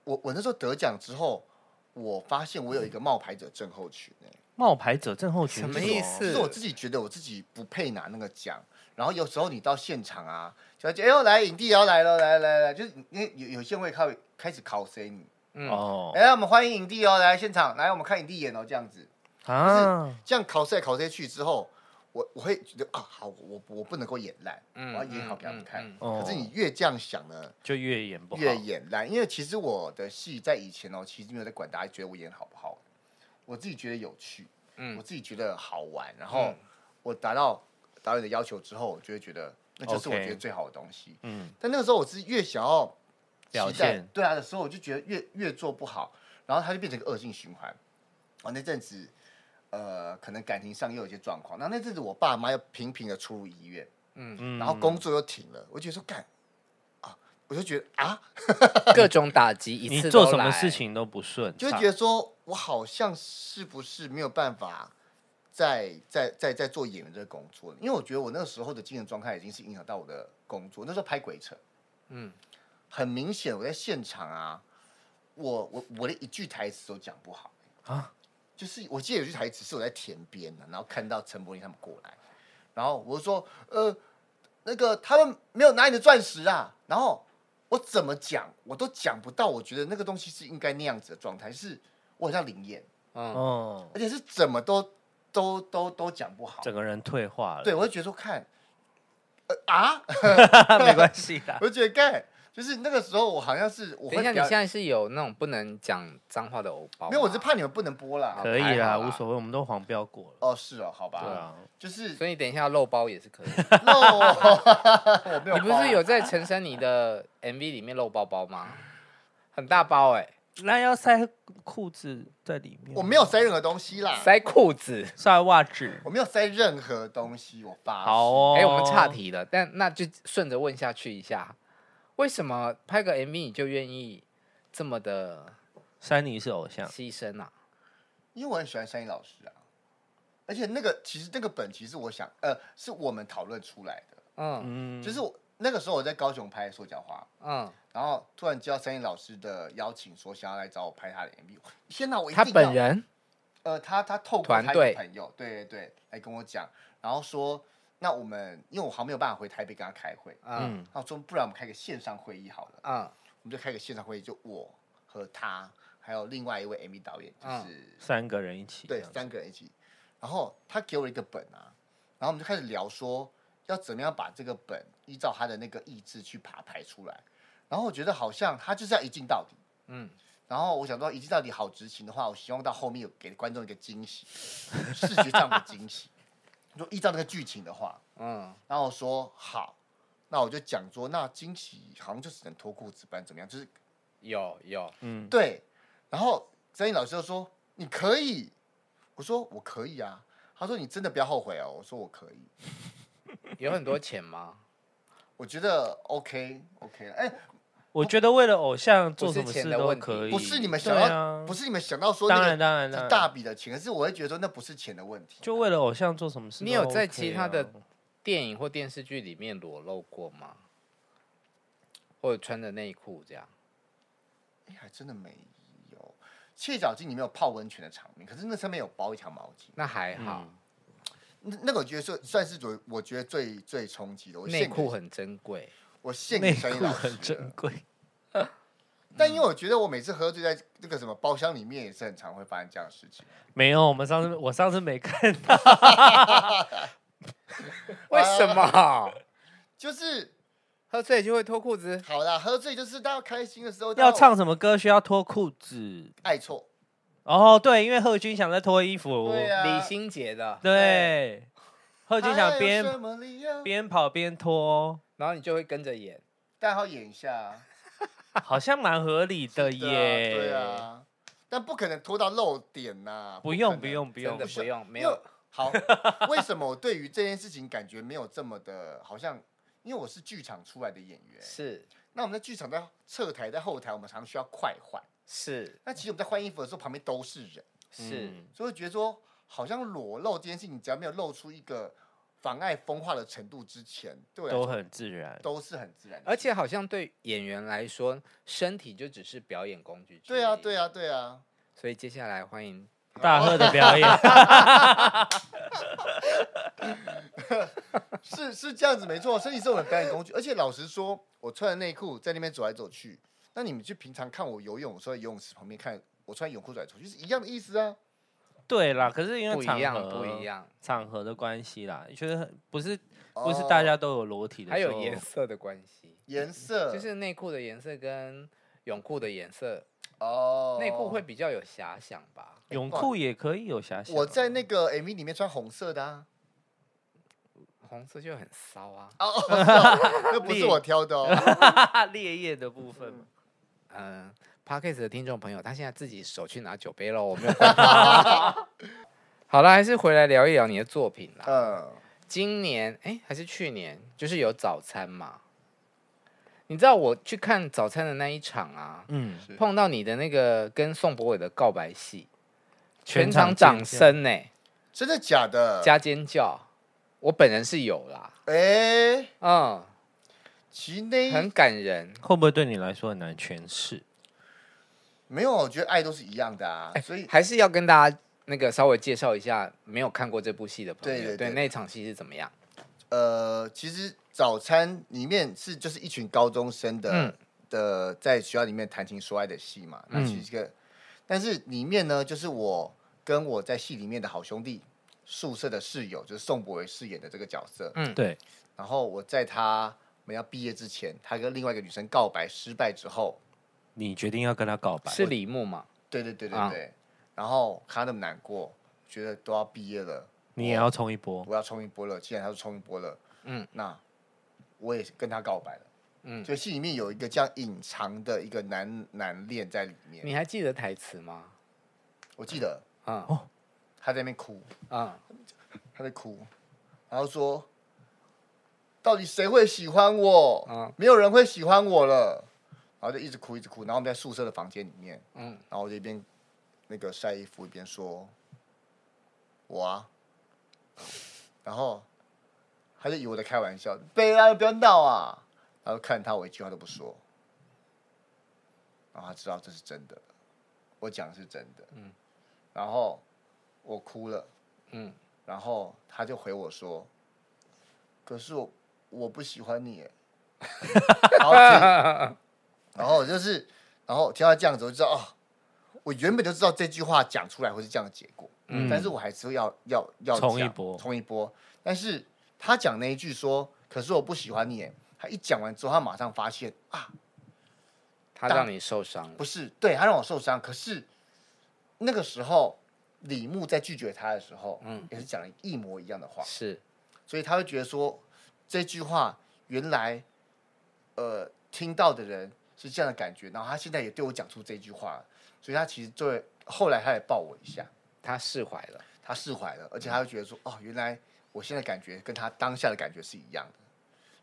A: 我我那时候得奖之后，我发现我有一个冒牌者症候群、欸，
C: 冒牌者症候群
B: 什
C: 是
B: 么
C: 什
B: 意
C: 么
B: 思
A: 就是我自己觉得我自己不配拿那个奖，然后有时候你到现场啊，就觉得哎呦来影帝也要来了，来来来，就是因为有有些人会靠开始 cos 你，
B: 嗯
C: 哦
A: 哎、我们欢迎影帝哦，来现场来我们看影帝演哦这样子，
C: 啊，
A: 这样 cos 来 cos 去之后，我我会觉得啊好，我我不能够演烂，
B: 嗯
A: 我要演好给他们看。
B: 嗯
C: 哦
A: 可是你越这样想呢，
C: 就越演不好，
A: 越演烂，因为其实我的戏在以前哦，其实没有在管大家觉得我演好不好，我自己觉得有趣，
B: 嗯
A: 我自己觉得好玩，然后
B: 嗯
A: 我达到导演的要求之后，我就会觉得那就是我
C: OK
A: 觉得最好的东西。
C: 嗯，
A: 但那个时候我是越想要
C: 表
A: 期待
C: 现
A: 对啊的时候，我就觉得越越做不好，然后它就变成一个恶性循环。我那阵子，呃，可能感情上又有一些状况，然后那阵子我爸妈又频频的出入医院，
B: 嗯，
C: 嗯
A: 然后工作又停了，我就说干啊，我就觉得啊，
B: 嗯各种打击一
C: 你
B: 次
C: 做
B: 都
C: 什么
B: 来
C: 事，情都不顺，
A: 就会觉得说我好像是不是没有办法再再再再做演员这个工作了，因为我觉得我那个时候的精神状态已经是影响到我的工作。那时候拍鬼扯，
B: 嗯
A: 很明显我在现场啊，我我我连一句台词都讲不好
C: 啊
A: 啊。就是我记得有句台词是我在田边的、然后看到陈柏霖他们过来，然后我就说呃那个他们没有拿你的钻石啊，然后我怎么讲我都讲不到，我觉得那个东西是应该那样子的状态，是我好像灵验，
B: 嗯
C: 哦，
A: 而且是怎么都都都都讲不好。
C: 整个人退化了，
A: 对，我就觉得说看，呃啊，
C: 没关系啦，
A: 我就觉得干，就是那个时候我好像是我
B: 等
A: 会
B: 一下，
A: 表
B: 你现在是有那种不能讲脏话的欧包吗？
A: 没有，我是怕你们不能播啦。
C: 可以
B: 还
C: 啦，
B: 好啦
C: 无所谓，我们都黄标过了，
A: 哦，是哦，好吧，
C: 对啊，
A: 就是
B: 所以等一下漏包也是可以。
A: no，我 没有包啊，
B: 啊你不是有在陈珊妮的 MV 里面露包包吗？很大包 哎、
C: 那要塞裤子在里面，
A: 我没有塞任何东西啦，
B: 塞裤子。
C: 塞袜子，
A: 我没有塞任何东西，我发誓
C: 好哦，
B: 哎、我们岔，题了，但那就顺着问下去一下，为什么拍个 MV 你就愿意这么的
C: 珊妮是偶像，
B: 牺牲啊？
A: 因为我很喜欢山一老师啊，而且那个其实那个本其实我想呃是我们讨论出来的，
B: 嗯
C: 嗯，
A: 就是我那个时候我在高雄拍说教花，
B: 嗯，
A: 然后突然接到山一老师的邀请，说想要来找我拍他的 MV，天 哪，我一定
B: 他本
A: 要
B: 人
A: 呃，他他透过
B: 团
A: 他
B: 队
A: 的朋友，对对对，来跟我讲，然后说，那我们因为我好像没有办法回台北跟他开会，
B: 嗯
A: 他说不然我们开个线上会议好了，
B: 嗯
A: 我们就开个线上会议，就我和他还有另外一位 MV 导演，就
B: 嗯
A: 是、
C: 三个人一起这
A: 对
C: 样，
A: 三个人一起，然后他给我一个本啊，然后我们就开始聊说要怎么样把这个本依照他的那个意志去把它排出来，然后我觉得好像他就是要一镜到底。
B: 嗯，
A: 然后我想说，一镜到底好执行的话，我希望到后面有给观众一个惊喜，视觉上的惊 喜。就依照那个剧情的话，
B: 嗯，
A: 然后我说好，那我就讲说，那惊喜好像就只能脱裤子，不然怎么样？就是
B: 有有，
C: 嗯，
A: 对。然后张毅老师就说你可以，我说我可以啊。他说你真的不要后悔哦。我说我可以，
B: 有很多钱吗？
A: 我觉得 OK OK。哎，
C: 我觉得为了偶像
B: 不
C: 做
B: 是
C: 什么
B: 钱
C: 事
B: 的
C: 都
B: 问题
C: 可以，
A: 不是你们想
C: 对
A: 要，
C: 啊
A: 不是你们想到说
C: 当
A: 那
C: 然
A: 个
C: 当然当
A: 是
C: 然
A: 大笔的钱，可是我会觉得说那不是钱的问题。
C: 就为了偶像做什么事、
B: 你有在其他的
C: 啊
B: 电影或电视剧里面裸露过吗？或者穿着内裤这样？
A: 哎，还真的没有。切脚筋里面有泡温泉的场面，可是那上面有包一条毛巾，
B: 那还好，
A: 那那个我觉得算算是最我觉得最最冲击的。我
B: 内
A: 献
B: 裤
A: 给
B: 很珍贵。
A: 我献
C: 内
A: 给山一
C: 裤
A: 老
C: 很
A: 师
C: 珍
A: 了，
C: 贵，
A: 但因为我觉得我每次喝醉在那个什么包厢里面，也是很常会发生这样的事情。
C: 没有，我们上次我上次没看到，
B: 为
A: 呃
B: 什 么？
A: 就是
B: 喝醉就会脱裤子？
A: 好啦，喝醉就是大家开心的时候
C: 要唱什么歌需要脱裤子。
A: 爱错，
C: 哦，对，因为贺军翔在脱衣服，
A: 对啊，
B: 李心洁的，
C: 对，贺军
A: 还
C: 翔
A: 哎有
C: 边
A: 什么理由？
C: 边跑边脱，哦
B: 然后你就会跟着演。
A: 大家好演一下啊，
C: 好像蛮合理的
A: 对啊
C: 耶。
A: 对，啊，但不可能拖到漏点呐、
C: 不
A: 可
C: 用
A: 能
C: 不用不
B: 真
C: 用
B: 的，
A: 不是
B: 不用，没
A: 因为
B: 有，
A: 好， 为什么我对于这件事情感觉没有这么的，好像因为我是剧场出来的演员，
B: 是
A: 那我们在剧场在侧台在后台，我们常需要快换，
E: 是
A: 那其实我们在换衣服的时候，旁边都是人，
E: 是，
C: 嗯
A: 所以我觉得说，好像裸露这件事情，只要没有露出一个妨碍风化的程度之前，对我来
C: 都
A: 说
C: 很自然。
A: 都是很自然的。
B: 而且好像对演员来说，身体就只是表演工具。
A: 对啊，对。啊，对啊，
B: 所以接下来欢迎
C: 大贺的表演，
A: 是是这样子没错，身体是我的表演工具。而且老实说，我穿着内裤在那边走来走去，那你们去平常看我游泳的时候，游泳池旁边看我穿泳裤走来走去是一样的意思啊。
C: 对啦，可是因
B: 不
C: 为
B: 一
C: 场
B: 样，
C: 合
B: 不一样，
C: 场合的关系啦，觉得很不是不是大
A: 哦
C: 家都有裸体的，
B: 还有颜，色的关系，
A: 颜色
B: 就是内裤的颜色跟泳裤的颜色，
A: 哦，
B: 内裤会。比较有遐想吧？
C: 泳裤也可以有遐想。
A: 我在那个 MV 里面穿红色的啊，
B: 红色就很骚啊。
A: 哦，是哦那不是我挑的哦。
C: 啊 烈焰的部分嘛，
B: 嗯 p a r k e s 的听众朋友，他现在自己手去拿酒杯喽，我没有办法。 好了，还是回来聊一聊你的作品啦。
A: 嗯，
B: 今年哎、诶还是去年，就是有早餐嘛。你知道我去看早餐的那一场啊，
C: 嗯，
A: 是
B: 碰到你的那个跟宋博伟的告白戏，全
C: 全
B: 场
C: 场
B: 掌
C: 尖叫
B: 声呢、
A: 真的假的？
B: 加尖叫。我本人是有啦，
A: 哎、
B: 嗯，
A: 其实那一
B: 很感人。
C: 会不会对你来说很难诠释？
A: 没有，我觉得爱都是一样的啊，所以
B: 还是要跟大家那个稍微介绍一下，没有看过这部戏的朋友，
A: 对对对
B: 那一场戏是怎么样？
A: 呃，其实早餐里面是就是一群高中生的、
B: 嗯
A: 的在学校里面谈情说爱的戏嘛，那
C: 嗯
A: 其实这个，但是里面呢，就是我跟我在戏里面的好兄弟宿舍的室友，就是宋博维饰演的这个角色，
C: 对，
A: 然后我在他我们要毕业之前，他跟另外一个女生告白失败之后，
C: 你决定要跟他告白，
B: 是李牧嘛？
A: 对对对
B: 啊
A: 对对，然后看他那么难过，觉得都要毕业了，
C: 你也要冲一波。
A: 我要冲一波了。既然他说冲一波了，
B: 嗯
A: 嗯，那我也跟他告白了。
B: 嗯
A: 嗯，所以戏里面有一个这样隐藏的一个男男恋在里面。
B: 你还记得台词吗？
A: 我记得
B: 嗯
A: 哦他在那边哭，
B: 嗯，
A: 他在哭，然后说：“到底谁会喜欢我？
B: 嗯
A: 没有人会喜欢我了。”然后就一直哭，一直哭。然后我们在宿舍的房间里面，
B: 嗯
A: 嗯，然后我就一边那个晒衣服，一边说：“我啊。”然后他就以为我在开玩笑，贝拉不要闹啊！然后看他，我一句话都不说。然后他知道这是真的，我讲的是真的，嗯。然后我哭了，
B: 嗯
A: 嗯。然后他就回我说：“可是我我不喜欢你耶。” 然后听然后我就是，然后听到这样子，我就知道哦，我原本就知道这句话讲出来会是这样的结果，
B: 嗯
A: 但是我还是要要要
C: 冲一
A: 讲
C: 波
A: 冲一波。但是他讲那一句说，可是我不喜欢你耶，他一讲完之后，他马上发现啊，
B: 他让你受伤了
A: 不。是，对他让我受伤。可是那个时候，李牧在拒绝他的时候，
B: 嗯
A: 嗯，也是讲了一模一样的话，
B: 是，
A: 所以他会觉得说这句话原来呃听到的人是这样的感觉，然后他现在也对我讲出这句话了，所以他其实对后来他也抱我一下，
B: 他释怀了。
A: 他释怀了，
B: 嗯
A: 而且他会觉得说哦，原来我现在感觉跟他当下的感觉是一样的，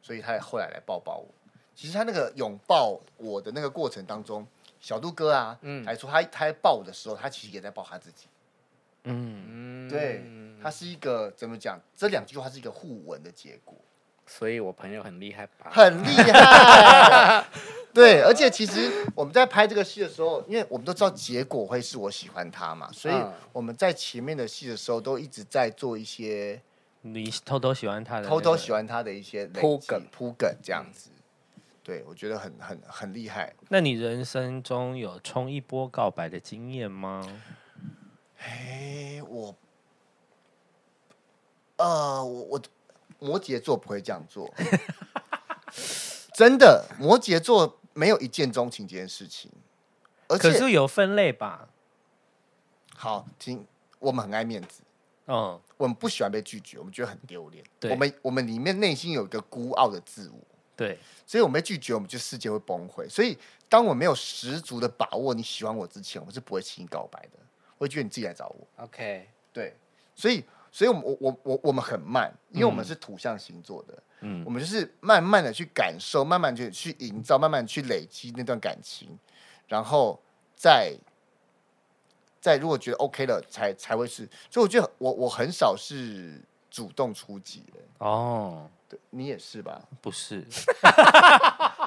A: 所以他也后来来抱抱我。其实他那个拥抱我的那个过程当中，小杜哥啊，
B: 嗯
A: 嗯，还说他他在抱我的时候，他其实也在抱他自己。
C: 嗯，
B: 嗯，
A: 对，他是一个怎么讲？这两句话是一个互文的结果。
B: 所以我朋友很厉害吧？
A: 很厉害。 对，而且其实我们在拍这个戏的时候，因为我们都知道结果会是我喜欢他嘛，所以
B: 嗯
A: 我们在前面的戏的时候都一直在做一些
C: 你偷偷喜欢他的，
A: 偷偷喜。欢他的一些累积
B: 铺梗
A: 铺梗这样子。对，我觉得很很很厉害。
C: 那你人生中有冲一波告白的经验吗？
A: 哎，我，呃，我我摩羯座不会这样 做，真的，摩羯座没有一见钟情这件事情，而且
C: 可是有分类吧？
A: 好，听，我们很爱面子，
C: 嗯，
A: 我们不喜欢被拒绝，我们觉得很丢脸。
C: 对
A: 我们我们里面内心有一个孤傲的自我，
C: 对，
A: 所以我们被拒绝，我们就世界会崩溃。所以，当我没有十足的把握你喜欢我之前，我是不会轻易告白的，我会觉得你自己来找我。
B: OK，
A: 对，所以，所以我们我我我我们很慢，因为我们是土象星座的，
C: 嗯
A: 我，们就是慢慢的去感受，慢慢去去营造，慢慢地去累积那段感情，然后在在如果觉得 OK 了，才才会是。所以我觉得我我很少是主动出击的，
C: 哦，
A: 对你也是吧？
C: 不 是，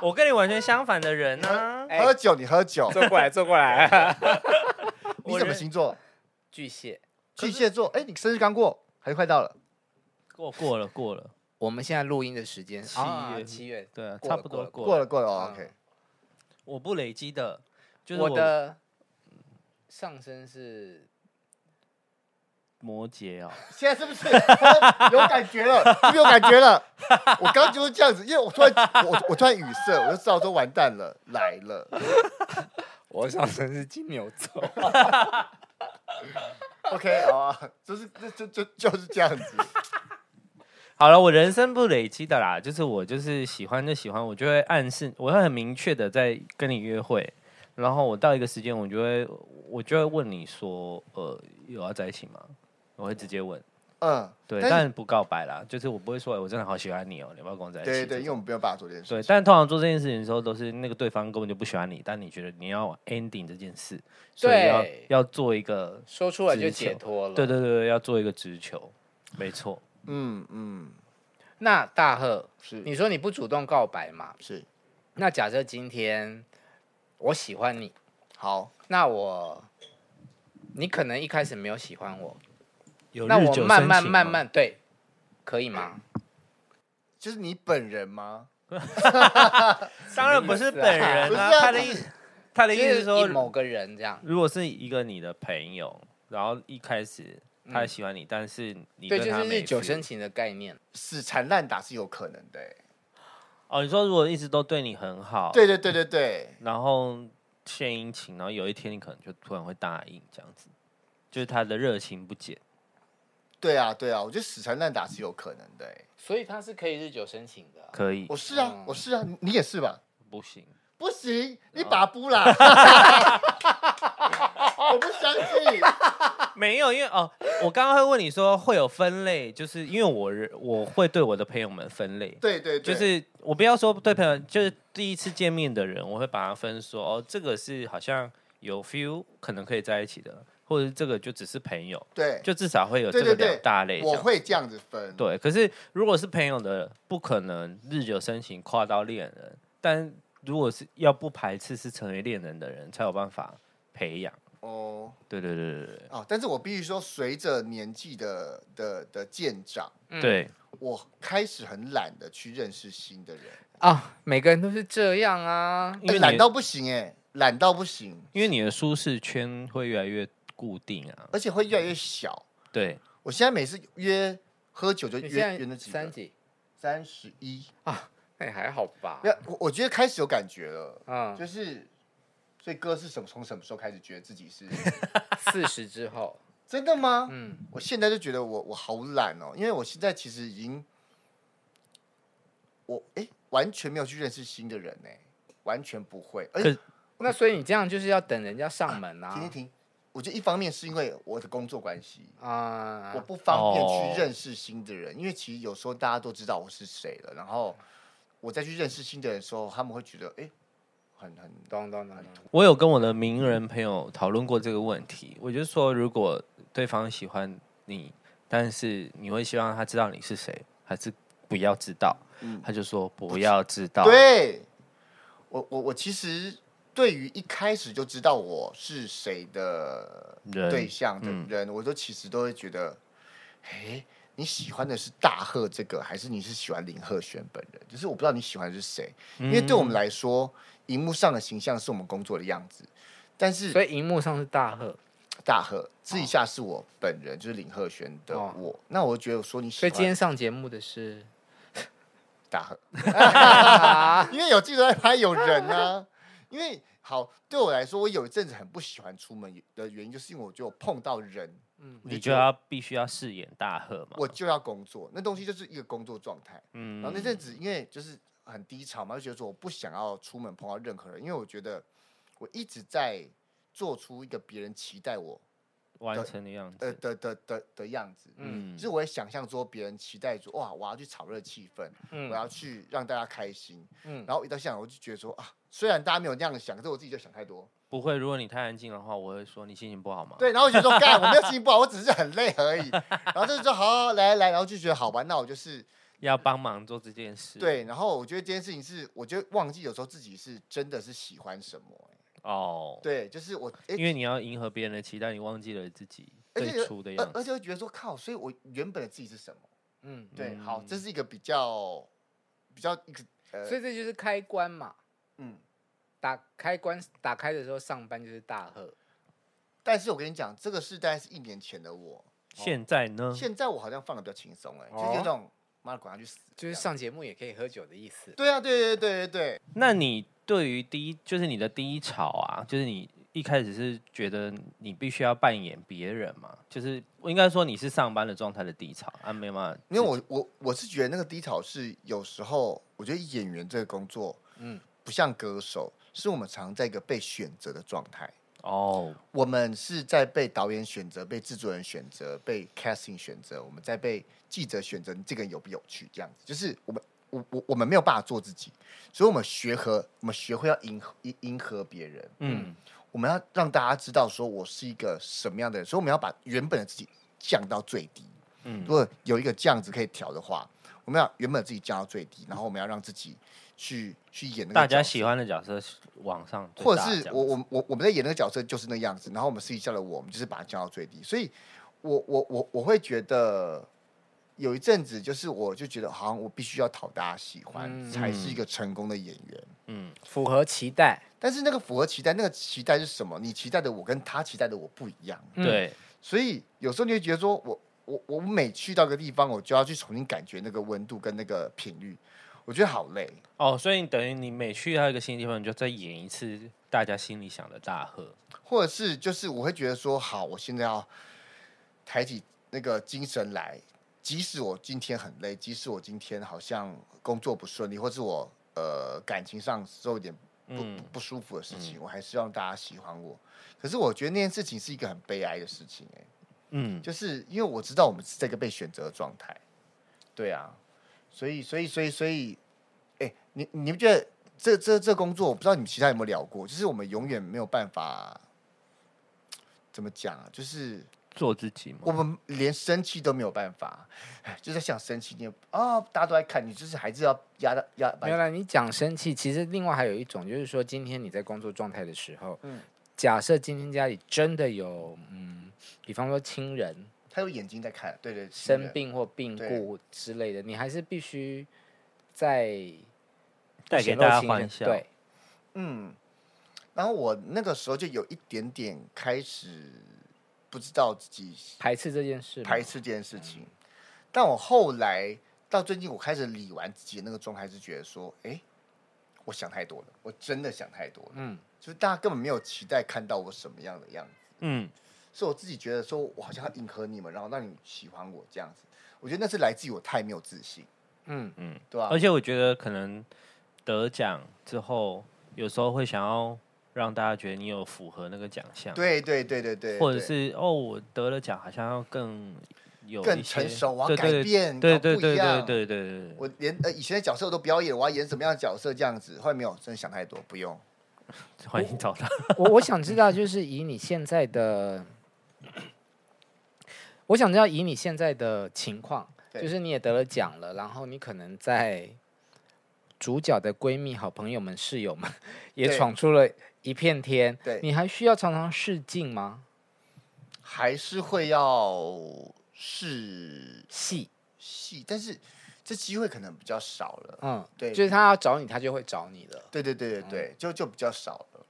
C: 我跟你完全相反的人啊呢、
B: 哎
A: 喝酒你喝酒，
B: 坐过来，坐过来。
A: 你什么星座？
B: 巨蟹，
A: 巨蟹座。哎、你生日刚过，还是快到了？
C: 过过了过了，
B: 我们现在录音的时间
C: 七
B: 啊
C: 月
B: 七月，
C: 对啊，
B: 过了
C: 差不多
B: 过了
C: 过
A: 过
C: 了
A: 了过了、哦
B: 嗯
A: o k
C: 我不累积的，就是
B: 我的上身是
C: 摩羯哦，
A: 现在是不是 有感觉了？是不是有感觉了？我刚就是这样子，因为我突然 我我突然语塞，我就知道说完蛋了，来了。
B: 我上身是金牛座。
A: OK 好啊，就是就就就就是这样子。
C: 好了，我人生不累积的啦，就是我就是喜欢就喜欢，我就会暗示，我会很明确的在跟你约会，然后我到一个时间，我就会我就会问你说，呃，有要在一起吗？我会直接问，
A: 嗯，
C: 对，
A: 但是
C: 但不告白啦，就是我不会说，哎我真的好喜欢你哦、你要不要跟我在一起？
A: 对对对，
C: 这
A: 因为
C: 种
A: 我们没有办法做这件事。
C: 对，但通常做这件事情的时候，都是那个对方根本就不喜欢你，但你觉得你要 ending 这件事，所以要
B: 对
C: 要做一个，
B: 说出来就
C: 直
B: 解
C: 球
B: 脱了。
C: 对对对对，要做一个直球，没错，
A: 嗯嗯，
B: 那大贺，
A: 是
B: 你说你不主动告白嘛？
A: 是
B: 那假设今天我喜欢你，
A: 好，
B: 那我你可能一开始没有喜欢我，
C: 有
B: 那
C: 日
B: 我
C: 久
B: 慢
C: 生
B: 慢
C: 情
B: 慢
C: 吗
B: 慢对，可以吗？
A: 就是你本人吗？
C: 当然不是本人
A: 不是
C: 啊，
A: 啊
C: 他的意思他的意思
B: 就是
C: 说
B: 一，某个人这样，
C: 如果是一个你的朋友，然后一开始他喜欢你，但是你
B: 对，
C: 跟
B: 就
C: 他
B: 是
C: 没
B: 日久
C: feel
B: 生情的概念。
A: 死缠烂打是有可能的、欸。
C: 哦，你说如果一直都对你很好，
A: 对对对对对，
C: 然后献殷勤，然后有一天你可能就突然会答应这样子，就是他的热情不减。
A: 对啊对啊，我觉得死缠烂打是有可能的、欸。
B: 所以他是可以日久生情的啊、
C: 可以
A: 我是啊
B: 嗯，
A: 我是啊，你你也是吧？
C: 不行，
A: 不行，你
C: 啊
A: 把不 啦！我不相信。
C: 没有，因为哦，我刚刚会问你说会有分类，就是因为我人我会对我的朋友们分类，
A: 对对
C: 就
A: 对，
C: 是我不要说对朋友，就是第一次见面的人，我会把它分说哦，这个是好像有 feel 可能可以在一起的，或者是这个就只是朋友，
A: 对，
C: 就至少会有
A: 对
C: 这个
A: 对对
C: 两大类这
A: 我
C: 样。
A: 会这样子分。
C: 对，可是如果是朋友的，不可能日久生情跨到恋人，但如果是要不排斥是成为恋人的人，才有办法培养。
A: 哦
C: 对对对对对
A: 哦，但是我必须说，随着年纪的的的渐长，
B: 嗯
C: 对，
A: 我开始很懒得去认识新的人，
B: 啊，每个人都是这样啊。
C: 因为
A: 哎
C: 你
A: 懒、
C: 的
A: 到不行哎、懒到不行，
C: 因为你的舒适圈会越来越固定啊。
A: 而且会越来越小。
C: 对，
A: 我现在每次约喝酒就
B: 你现
A: 呃约约那
B: 在
A: 几
B: 三
A: 个，
B: 级，
A: 三十一，
B: 那也还好吧
A: 没？有我我觉得开始有感觉了，
B: 嗯，
A: 就是所以哥是什么从什么时候开始觉得自己是
B: 四十之后，
A: 真的吗？
B: 嗯，
A: 我现在就觉得我我好懒哦，因为我现在其实已经，我哎、完全没有去认识新的人呢、完全不会。而且
C: 可
B: 那所以你这样就是要等人家上门
A: 停停
B: 啊。
A: 停，我觉得一方面是因为我的工作关系，
B: 啊、
A: 我不方便
C: 哦
A: 去认识新的人，因为其实有时候大家都知道我是谁了，然后我再去认识新的人的时候，他们会觉得哎、很很
B: 懂懂懂懂。
A: 嗯
C: 我有跟我的名人朋友讨论过这个问题，我就说，如果对方喜欢你，但是你会希望他知道你是谁，还是不要知道？
A: 嗯
C: 他就说不要知
B: 啊
C: 道。，
A: 对，我我我其实对于一开始就知道我是谁的
C: 人
A: 对象的
C: 嗯
A: 人，我都其实都会觉得，哎、你喜欢的是大贺这个，还是你是喜欢林鹤轩本人？就是我不知道你喜欢的是谁，因为对我们
B: 嗯
A: 来说，荧幕上的形象是我们工作的样子，但是
B: 所以荧幕上是大贺，
A: 大贺私底下是我本人，就是林鹤轩的
B: 哦
A: 我。那我就觉得说你喜
B: 所以今天
A: 欢
B: 上节目的是
A: 大贺。 因为有记者在拍，有人啊。因为好，对我来说，我有一阵子很不喜欢出门的原因，就是因为我就碰到人，
C: 你就要必须要饰演大贺嘛。
A: 我就要工作，那东西就是一个工作状态。
C: 嗯
A: 然后那阵子因为就是很低潮嘛，就觉得说我不想要出门碰到任何人，因为我觉得我一直在做出一个别人期待我
C: 完成的样
A: 呃
C: 子，
A: 的的的的样子。
B: 嗯
A: 就是我也想象说别人期待说哇，我要去炒热气氛，我
B: 嗯
A: 要去让大家开心。
B: 嗯，哦
A: 然后一到现场，我就觉得说啊，虽然大家没有那样想，可是我自己就想太多。
C: 不会，如果你太安静的话，我会说你心情不好吗？
A: 对，然后我就 说干，我没有心情不好，我只是很累而已。然后就说好好，来来，然后就觉得好吧，那我就是
C: 要帮忙做这件事。
A: 对。然后我觉得这件事情是，我就忘记有时候自己是真的是喜欢什么、欸
C: 哦，
A: 对，就是我，哎、
C: 因为你要迎合别人的期待，你忘记了自己
A: 而且呃
C: 最初的
A: 而
C: 样子。
A: 而且会觉得说靠，所以我原本的自己是什么？
B: 嗯，
A: 对，好，这
C: 嗯
A: 是一个比较比较一个呃，
B: 嗯所以这就是开关嘛，
A: 嗯，
B: 打开关打开的时候上班就是大喝，
A: 但是我跟你讲，这个是大概是一年前的我，
C: 现在呢？
A: 现在我好像放的比较轻松，哎，就是
B: 哦
A: 有种妈的管他去死，
B: 就是
A: 这样。
B: 上节目也可以喝酒的意思。
A: 对啊，对对对对对，
C: 那你对于第一，就是你的低潮啊，就是你一开始是觉得你必须要扮演别人嘛，就是我应该说你是上班的状态的低潮啊，没办法，
A: 因为我我我是觉得那个低潮是有时候，我觉得演员这个工作
B: 嗯，
A: 不像歌手，是我们常在一个被选择的状态。
C: 哦，
A: 我们是在被导演选择、被制作人选择、被 casting 选择，我们在被记者选择，你这个人有不有趣？这样子，就是我们我我我们没有办法做自己，所以我们学和我们学会要迎合迎迎合别人，
C: 嗯，
A: 我们要让大家知道说我是一个什么样的人，所以我们要把原本的自己降到最低。
C: 嗯
A: 如果有一个这样子可以调的话，我们要原本自己降到最低，然后我们要让自己去去演那个
C: 大家
A: 角色
C: 喜欢的角色是往上最
A: 或者
C: 大这
A: 是
C: 样
A: 我
C: 子
A: 我我我们在演那个角色就是那个样子，然后我们私底下的我，我们就是把它降到最低。所以我，我我我会觉得有一阵子，就是我就觉得好像我必须要讨大家喜欢，
B: 嗯
A: 才是一个成功的演员。
C: 嗯
B: 符合期待。
A: 但是那个符合期待，那个期待是什么？你期待的我跟他期待的我不一样，
B: 嗯
C: 对
A: 所以有时候你会觉得说我我我每去到一个地方，我就要去重新感觉那个温度跟那个频率，我觉得好累。
C: 哦，所以等于你每去到一个新地方，你就再演一次大家心里想的大河。
A: 或者是就是我会觉得说，好，我现在要抬起那个精神来，即使我今天很累，即使我今天好像工作不顺利，或是我呃感情上受一点不
C: 嗯
A: 不不舒服的事情，我还是让大家喜欢我。可是我觉得那件事情是一个很悲哀的事情、欸，
C: 嗯，
A: 就是因为我知道我们是这个被选择的状态，对啊，所以所以所以所以，哎、你你们觉得这这这工作，我不知道你们其他有没有聊过，就是我们永远没有办法怎么讲啊，就是
C: 做自己嘛。
A: 我们连生气都没有办法， 哎就在想生气，你也啊、大家都在看你，就是还是要压到压，
B: 没有啦，你讲生气，其实另外还有一种就是说，今天你在工作状态的时候，
A: 嗯
B: 假设今天家里真的有，嗯，比方说亲人
A: 他有眼睛在看，对对，
B: 生，病或病
A: 对
B: 故之类的，你还是必须在
C: 带给
B: 显
C: 大
B: 露
C: 家
B: 情
C: 欢
B: 人
C: 笑，
B: 对，
A: 嗯，然后我那个时候就有一点点开始不知道自己
B: 排斥这件事嘛，
A: 排斥这件事情。
B: 嗯
A: 但我后来到最近，我开始理完自己的那个状态，是觉得说，哎、我想太多了，我真的想太多了，
B: 嗯，
A: 就是大家根本没有期待看到我什么样的样子，
C: 嗯，
A: 所以我自己觉得说我好像要迎合你们，然后让你喜欢我这样子。我觉得那是来自于我太没有自信，
B: 嗯
A: 对吧、
C: 而且我觉得可能得奖之后，有时候会想要让大家觉得你有符合那个奖项，，
A: 对对对对对，
C: 或者
A: 对
C: 是哦，我得了奖，好像要更有
A: 更
C: 一些
A: 成熟，我要
C: 对
A: 改
C: 对
A: 变，
C: 对
A: 搞
C: 对
A: 不一
C: 对对
A: 样
C: 对对对对，
A: 我连呃以前的角色我都不要演，我要演什么样的角色这样子，后来没有，真的想太多，不用。
C: 欢迎找 他。
B: 我我想知道，就是以你现在的，我想知道以你现在的情况，
A: 对
B: 就是你也得了奖了，然后你可能在主角的闺蜜、好朋友们、室友们也
A: 对
B: 闯出了一片天。
A: 对
B: 你还需要常常试镜吗？
A: 还是会要试
B: 戏，
A: 戏，但是这机会可能比较少了。
B: 嗯，
C: 哦
A: 对
B: 就是他要找你，他就会找你的。
A: 对对对对
C: 哦
A: 对，就就比较少了。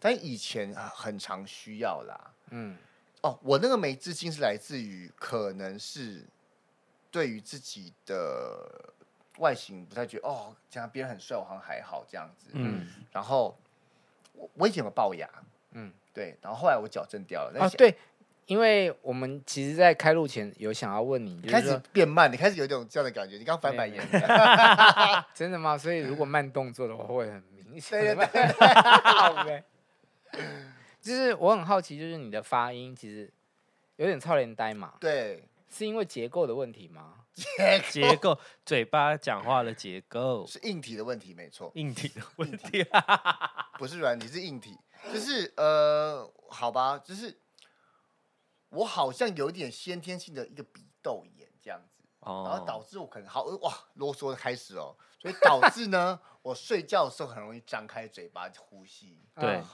A: 但以前啊很常需要啦。
B: 嗯，
A: 哦，我那个没自信是来自于可能是对于自己的外形不太觉得哦，这样别人很帅，我好像还好这样子。
C: 嗯，
A: 然后我我以前有龅牙，
B: 嗯
A: 嗯，对，然后后来我矫正掉了。但
B: 啊，
A: 是
B: 对，因为我们其实，在开录前有想要问你，就
A: 你开
B: 是
A: 始
B: 说
A: 变慢，你开始有一种这样的感觉，你刚翻白眼一样。
B: 真的吗？所以如果慢动作的话，会很明显。
A: 对对
B: 对就是我很好奇，就是你的发音其实有点超连呆嘛，
A: 对，
B: 是因为结构的问题吗？
C: 结构嘴巴讲话的结构
A: 是硬体的问题，没错，
C: 硬体的问题啊，
A: 不是软体，是硬体。就是呃，好吧，就是我好像有一点先天性的一个鼻窦炎这样子，然后导
C: 哦，
A: 致我可能好哇啰嗦开始哦，所以导致 呢，我睡觉的时候很容易张开嘴巴呼吸，
C: 对
B: 啊，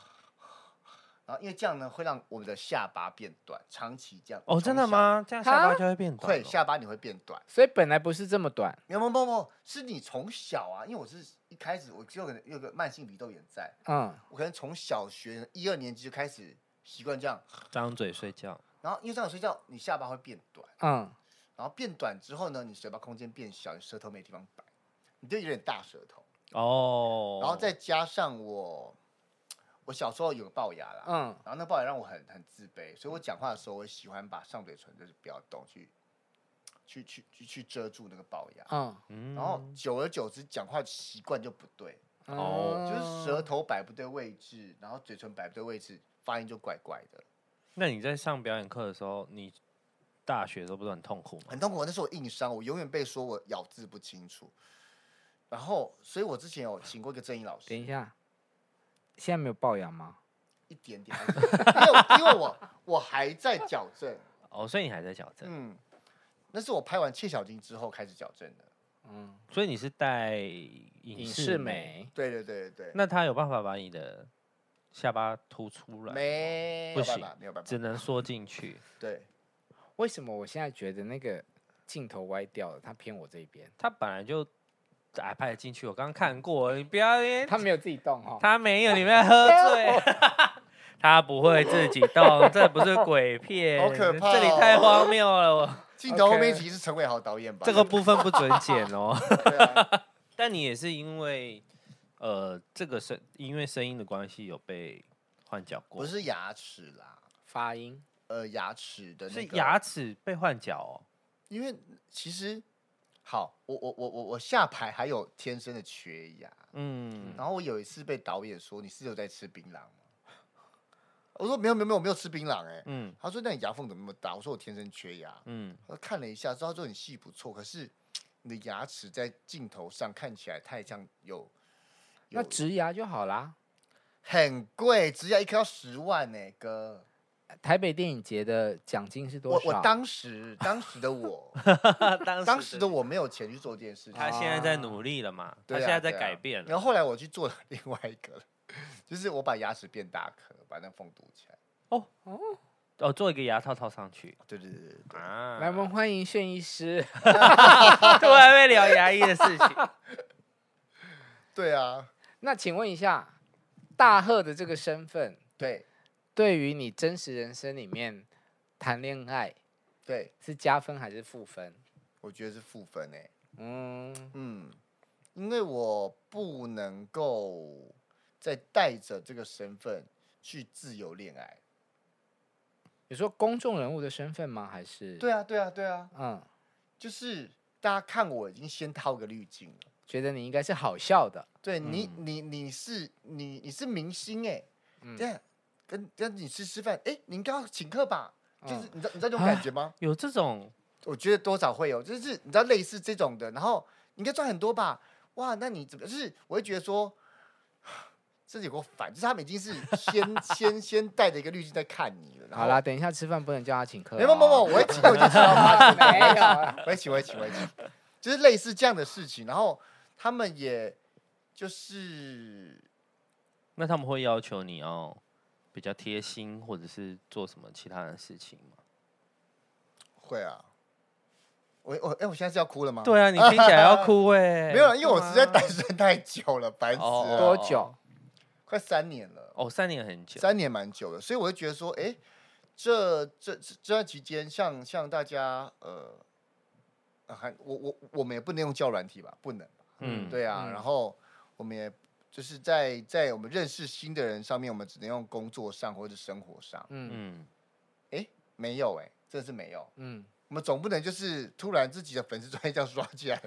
A: 然后因为这样呢会让我们的下巴变短，长期这样。
C: 哦，真的
A: 从小？
C: 吗？这样下巴就会变短
A: 会
C: 哦。
A: 下巴你会变短，
B: 所以本来不是这么短，
A: 没有没有没有没有，是你从小啊，因为我是一开始我就可能有个慢性鼻窦炎在，
B: 嗯，
A: 我可能从小学一二年级就开始习惯这样，
C: 张嘴睡觉，
A: 然后因为这样睡觉，你下巴会变短，
B: 嗯，
A: 然后变短之后呢，你嘴巴空间变小，你舌头没地方摆，你就有点大舌头，
C: 哦，
A: 然后再加上我，我小时候有个龅牙啦，
B: 嗯，
A: 然后那龅牙让我很很自卑，所以我讲话的时候，我喜欢把上嘴唇就是不要动，去去去去去遮住那个龅牙，
B: 嗯，
C: 嗯，
A: 然后久而久之讲话习惯就不对，
B: 嗯
C: 哦
A: 就是舌头摆不对位置，然后嘴唇摆不对位置，发音就怪怪的，
C: 那你在上表演课的时候，你大学的时候不是很痛苦吗？
A: 很痛苦。那时候我硬伤，我永远被说我咬字不清楚。然后，所以我之前有请过一个正音老师，
B: 等一下，现在没有龅牙吗？
A: 一点点，因为我因为我我还在矫正，
C: 哦，所以你还在矫正，
A: 嗯，那是我拍完《切小金》之后开始矫正的。
B: 嗯，
C: 所以你是带影
B: 影
C: 视
B: 视
C: 美。
B: 美，
A: 对对对对对，
C: 那他有办法把你的下巴凸出来？，
A: 没
C: 不
A: 有办
C: 行
A: 法，没有办法
C: 只，能缩进去。
A: 对，
B: 为什么我现在觉得那个镜头歪掉了，他偏我这边，
C: 他本来就矮拍得进去，我刚看过，你不要
B: 他没有自己动哈、哦，
C: 他没有，你们喝醉。 他不会自己动，这不是鬼片，
A: 好可怕哦
C: 这里太荒谬了， 我
A: 镜头后面
B: OK
A: 其实是陈伟豪导演吧？
C: 这个部分不准剪哦。
A: 对啊
C: 但你也是因为呃这个声，因为声音的关系有被换角过，
A: 不是牙齿啦，
B: 发音，
A: 呃，牙齿的
C: 是
A: 那个
C: 牙齿被换角哦。
A: 因为其实好，我我我我我下排还有天生的缺牙，
C: 嗯，
A: 然后我有一次被导演说你是有在吃槟榔吗？我说没有没有没有，我没有吃槟榔哎、
C: 嗯
A: 他说那你牙缝怎么那么大？我说我天生缺牙。
C: 嗯，
A: 他看了一下之后，他说你戏不错，可是你的牙齿在镜头上看起来太像有。
B: 那
A: 有
B: 植牙就好啦。
A: 很贵，植牙一颗要十万呢、哥。
B: 台北电影节的奖金是多
A: 我
B: 少？
A: 我当时当时的我，
C: 嗯当
A: 当时的我没有钱去做这件事情。
C: 哦他现在在努力了嘛，他
A: 对啊
C: 现在在
A: 对啊
C: 改变了。
A: 然后后来我去做了另外一个，就是我把牙齿变大颗，把那缝堵起来。
C: 哦，做一个牙套套上去
A: 对对对对对。
C: 啊
B: 来，我们欢迎炫医师。
C: 突然被聊牙医的事情。
A: 对啊，
B: 那请问一下，大贺的这个身份，
A: 对
B: 对于你真实人生里面谈恋爱
A: 对，
B: 是加分还是负分？
A: 我觉得是负分诶、
B: 嗯，
A: 嗯，因为我不能够再带着这个身份去自由恋爱。
B: 你说公众人物的身份吗？还是
A: 对，啊，对啊，对啊，
B: 嗯，
A: 就是大家看我已经先套个滤镜了。
B: 觉得你应该是好笑的，
A: 对你，你你是你你是明星哎、
B: 嗯
A: 这样跟跟你吃吃饭，哎、您刚好请客吧，就是
B: 嗯
A: 你知道你知道这种感觉吗？
C: 有这种
A: 我觉得多少会有，就是你知道类似这种的，然后你应该赚很多吧？哇，那你怎么？就是我会觉得说， 这有够烦，就是他们已经是先 先先带着一个滤镜在看你了。然后
B: 好啦，，
C: 啊
B: 等一下吃饭不能叫他请客、哦。
A: 没有没有没有，我会请，我就知道他
B: 没 有 啊
A: 我会请，我会请，我会请，就是类似这样的事情。然后他们也就是
C: 那他们会要求你要比较贴心，或者是做什么其他的事情吗？
A: 会啊，我我哎、我现在是要哭了吗？、
C: 对啊，你听起来要 哭哎、
A: 没有了，因为我实在
C: 对啊
A: 单身太久了，烦死
C: 哦
A: 了，
B: 多久？
A: 快三年了。
C: 哦，三年很久，
A: 三年蛮久的，所以我就觉得说，哎、这这这这段期间，像像大家呃，啊还我我我们也不能用交友软体吧，不能吧，
C: 嗯，
A: 对啊，然后我们也就是在在我们认识新的人上面，我们只能用工作上或者生活上，
B: 嗯
C: 嗯，
A: 没有哎、真的是没有，
B: 嗯，
A: 我们总不能就是突然自己的粉丝专业这样刷起来，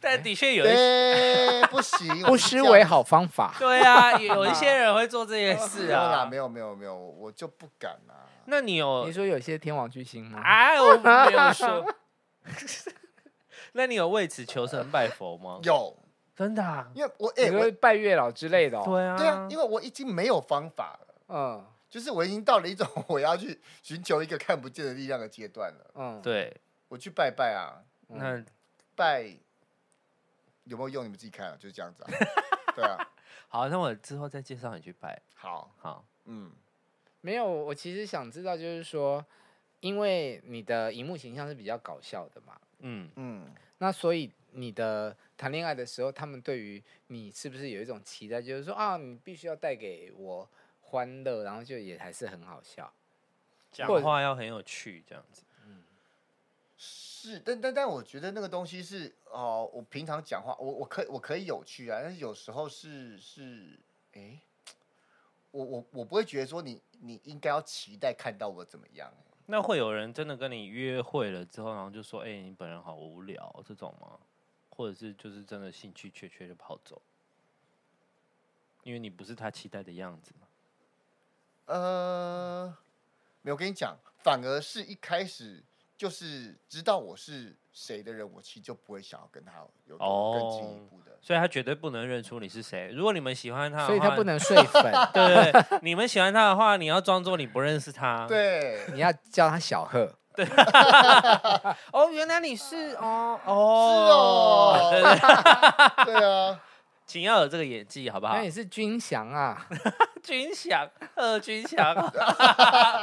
C: 但的 确有一些，
A: 对， 不 行，
B: 不
A: 我是
B: 失
A: 这样
B: 为
A: 子
B: 好方法。
C: 对啊，有一 些人会做这件事
A: 没有啦，
C: 啊
A: 没。有没有没有，我我就不敢啊啦、
C: 那你有
B: 你说有些天王巨星吗？
C: 啊？我 没有说。那你有为此求神拜佛吗？
A: 有
C: 真的、啊，
A: 因为我哎、
B: 你
A: 我
B: 说拜月老之类的、哦，
C: 对啊，
A: 对啊，因为我已经没有方法了，
B: 嗯
A: 就是我已经到了一种我要去寻求一个看不见的力量的阶段了。
B: 嗯，
C: 对，
A: 我去拜拜啊，
B: 嗯
C: 那
A: 拜有没有用你们自己看啊，就是这样子啊。对啊，
C: 好，那我之后再介绍你去拜。
A: 好，
C: 好，
A: 嗯，
B: 没有，我其实想知道就是说，因为你的荧幕形象是比较搞笑的嘛，
C: 嗯，
A: 嗯，
B: 那所以你的谈恋爱的时候，他们对于你是不是有一种期待，就是说啊，你必须要带给我欢乐，然后就也还是很好笑。
C: 讲
B: 或者
C: 话要很有趣，这样子。
A: 是，但但但我觉得那个东西是哦、我平常讲话，我我可以我可以有趣啊，但是有时候是是，哎、我我我不会觉得说你你应该要期待看到我怎么样、
C: 那会有人真的跟你约会了之后，然后就说：“哎、你本人好无聊。”这种吗？或者是就是真的兴趣缺缺就跑走，因为你不是他期待的样子嘛。
A: 呃，没有我跟你讲，反而是一开始就是知道我是谁的人，我其实就不会想要跟他有更进一
C: 哦
A: 步的。
C: 所以他绝对不能认出你是谁。如果你们喜欢他的话，
B: 所以他不 能睡粉，
C: 对对对，你们喜欢他的话，你要装作你不认识他。，
A: 对，
B: 你要叫他小贺。
C: 哦，原来你是哦
A: 是哦
C: 哦，对对对，
A: 对啊，
C: 请要有这个演技， 好不好
B: 那？你是军翔啊，
C: 军翔，贺军翔，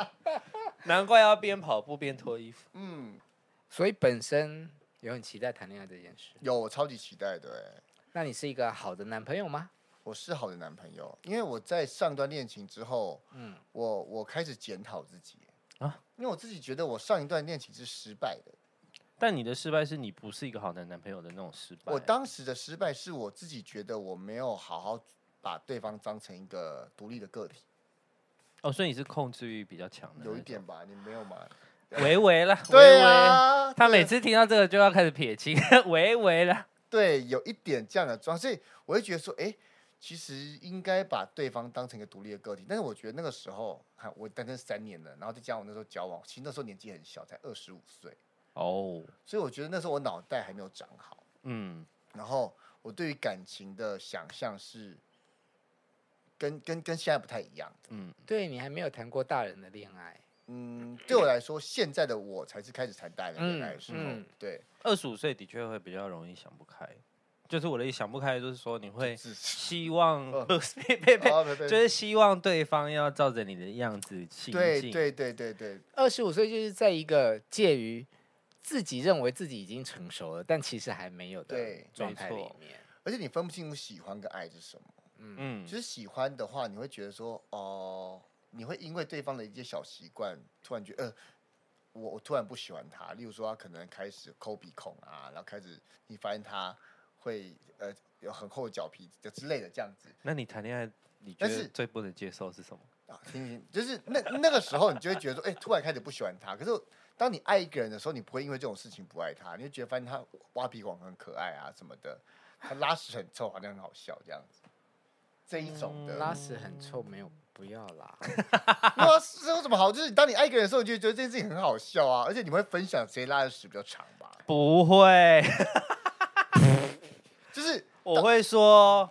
C: 难怪要边跑步边脱衣服。
A: 嗯，
B: 所以本身有很期待谈恋爱这件事。
A: 有我超级期待的、欸，
B: 那你是一个好的男朋友吗？
A: 我是好的男朋友，因为我在上段恋情之后，
B: 嗯，
A: 我我开始检讨自己
C: 啊，
A: 因为我自己觉得我上一段恋情是失败的，
C: 但你的失败是你不是一个好的男朋友的那种失败。
A: 我当时的失败是我自己觉得我没有好好把对方当成一个独立的个体，
C: 哦，所以你是控制欲比较强的，
A: 有一点，吧，你没有吗？
C: 微微了，
A: 对
C: 微微。
A: 啊，
C: 他
A: 对
C: 每次听到这个就要开始 撇清，微微了。
A: 对有一点这样的装，所以我会觉得说，哎、其实应该把对方当成一个独立的个体。但是我觉得那个时候，哈，我单身三年了，然后再加上我那时候交往，其实那时候年纪很小，才二十五岁，
C: 哦，
A: 所以我觉得那时候我脑袋还没有长好，
C: 嗯，
A: 然后我对于感情的想象是跟跟跟现在不太一样的。
C: 嗯，
B: 对你还没有谈过大人的恋爱，
A: 嗯，对我来说，现在的我才是开始谈大人恋爱的时候。
B: 嗯嗯
A: 对，
C: 二十五岁的确会比较容易想不开，就是我的想不开，就是说你会
A: 是是
C: 希望
A: 呃
C: 不是呸呸呸，
A: 哦对对
C: 就是希望对方要照着你的样子行
A: 对
C: 进。
A: 对对对对，
B: 二十五岁就是在一个介于自己认为自己已经成熟了，但其实还没有的
A: 对
B: 状
C: 没
B: 态里
C: 错
B: 面。
A: 而且你分不清楚喜欢跟爱是什么。
C: 嗯
A: 其，实喜欢的话，你会觉得说，哦、你会因为对方的一些小习惯，突然觉得，呃，我我突然不喜欢他。例如说，他可能开始抠鼻孔啊，然后开始你发现他会呃有很厚的脚皮的之类的这样子
C: 那你谈恋爱，你觉
A: 但
C: 得
A: 是
C: 最不能接受是什么？
A: 啊，听听，就是那那个时候你就会觉得说，哎、突然开始不喜欢他。可是当你爱一个人的时候，你不会因为这种事情不爱他，你就觉得发现他挖鼻孔很可爱啊什么的，他拉屎很臭，好啊像很好笑这样子。这一种
C: 嗯
A: 的、
B: 嗯拉屎很臭，没有不要啦。
A: 对啊，这有什么好？就是当你爱一个人的时候，你就觉得这件事情很好笑啊，而且你们会分享谁拉的屎比较长吧？
C: 不会，
A: 就是
C: 我会说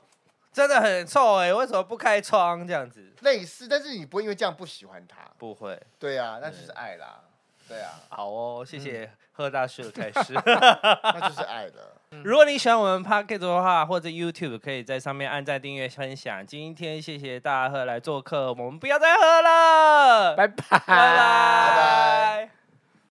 C: 真的很臭哎、为什么不开窗这样子？
A: 类似，但是你不会因为这样不喜欢他。
C: 不会，
A: 对啊，那就是爱啦。对啊，
C: 好哦，谢谢贺大叔的开 始。
A: 那就是爱了。
C: 如果你喜欢我们 Pocket 的话，或者 YouTube，可以在上面按赞、订阅、分享。今天谢谢大贺来做客，我们不要再喝了，
B: 拜拜，拜
A: 拜
C: 拜拜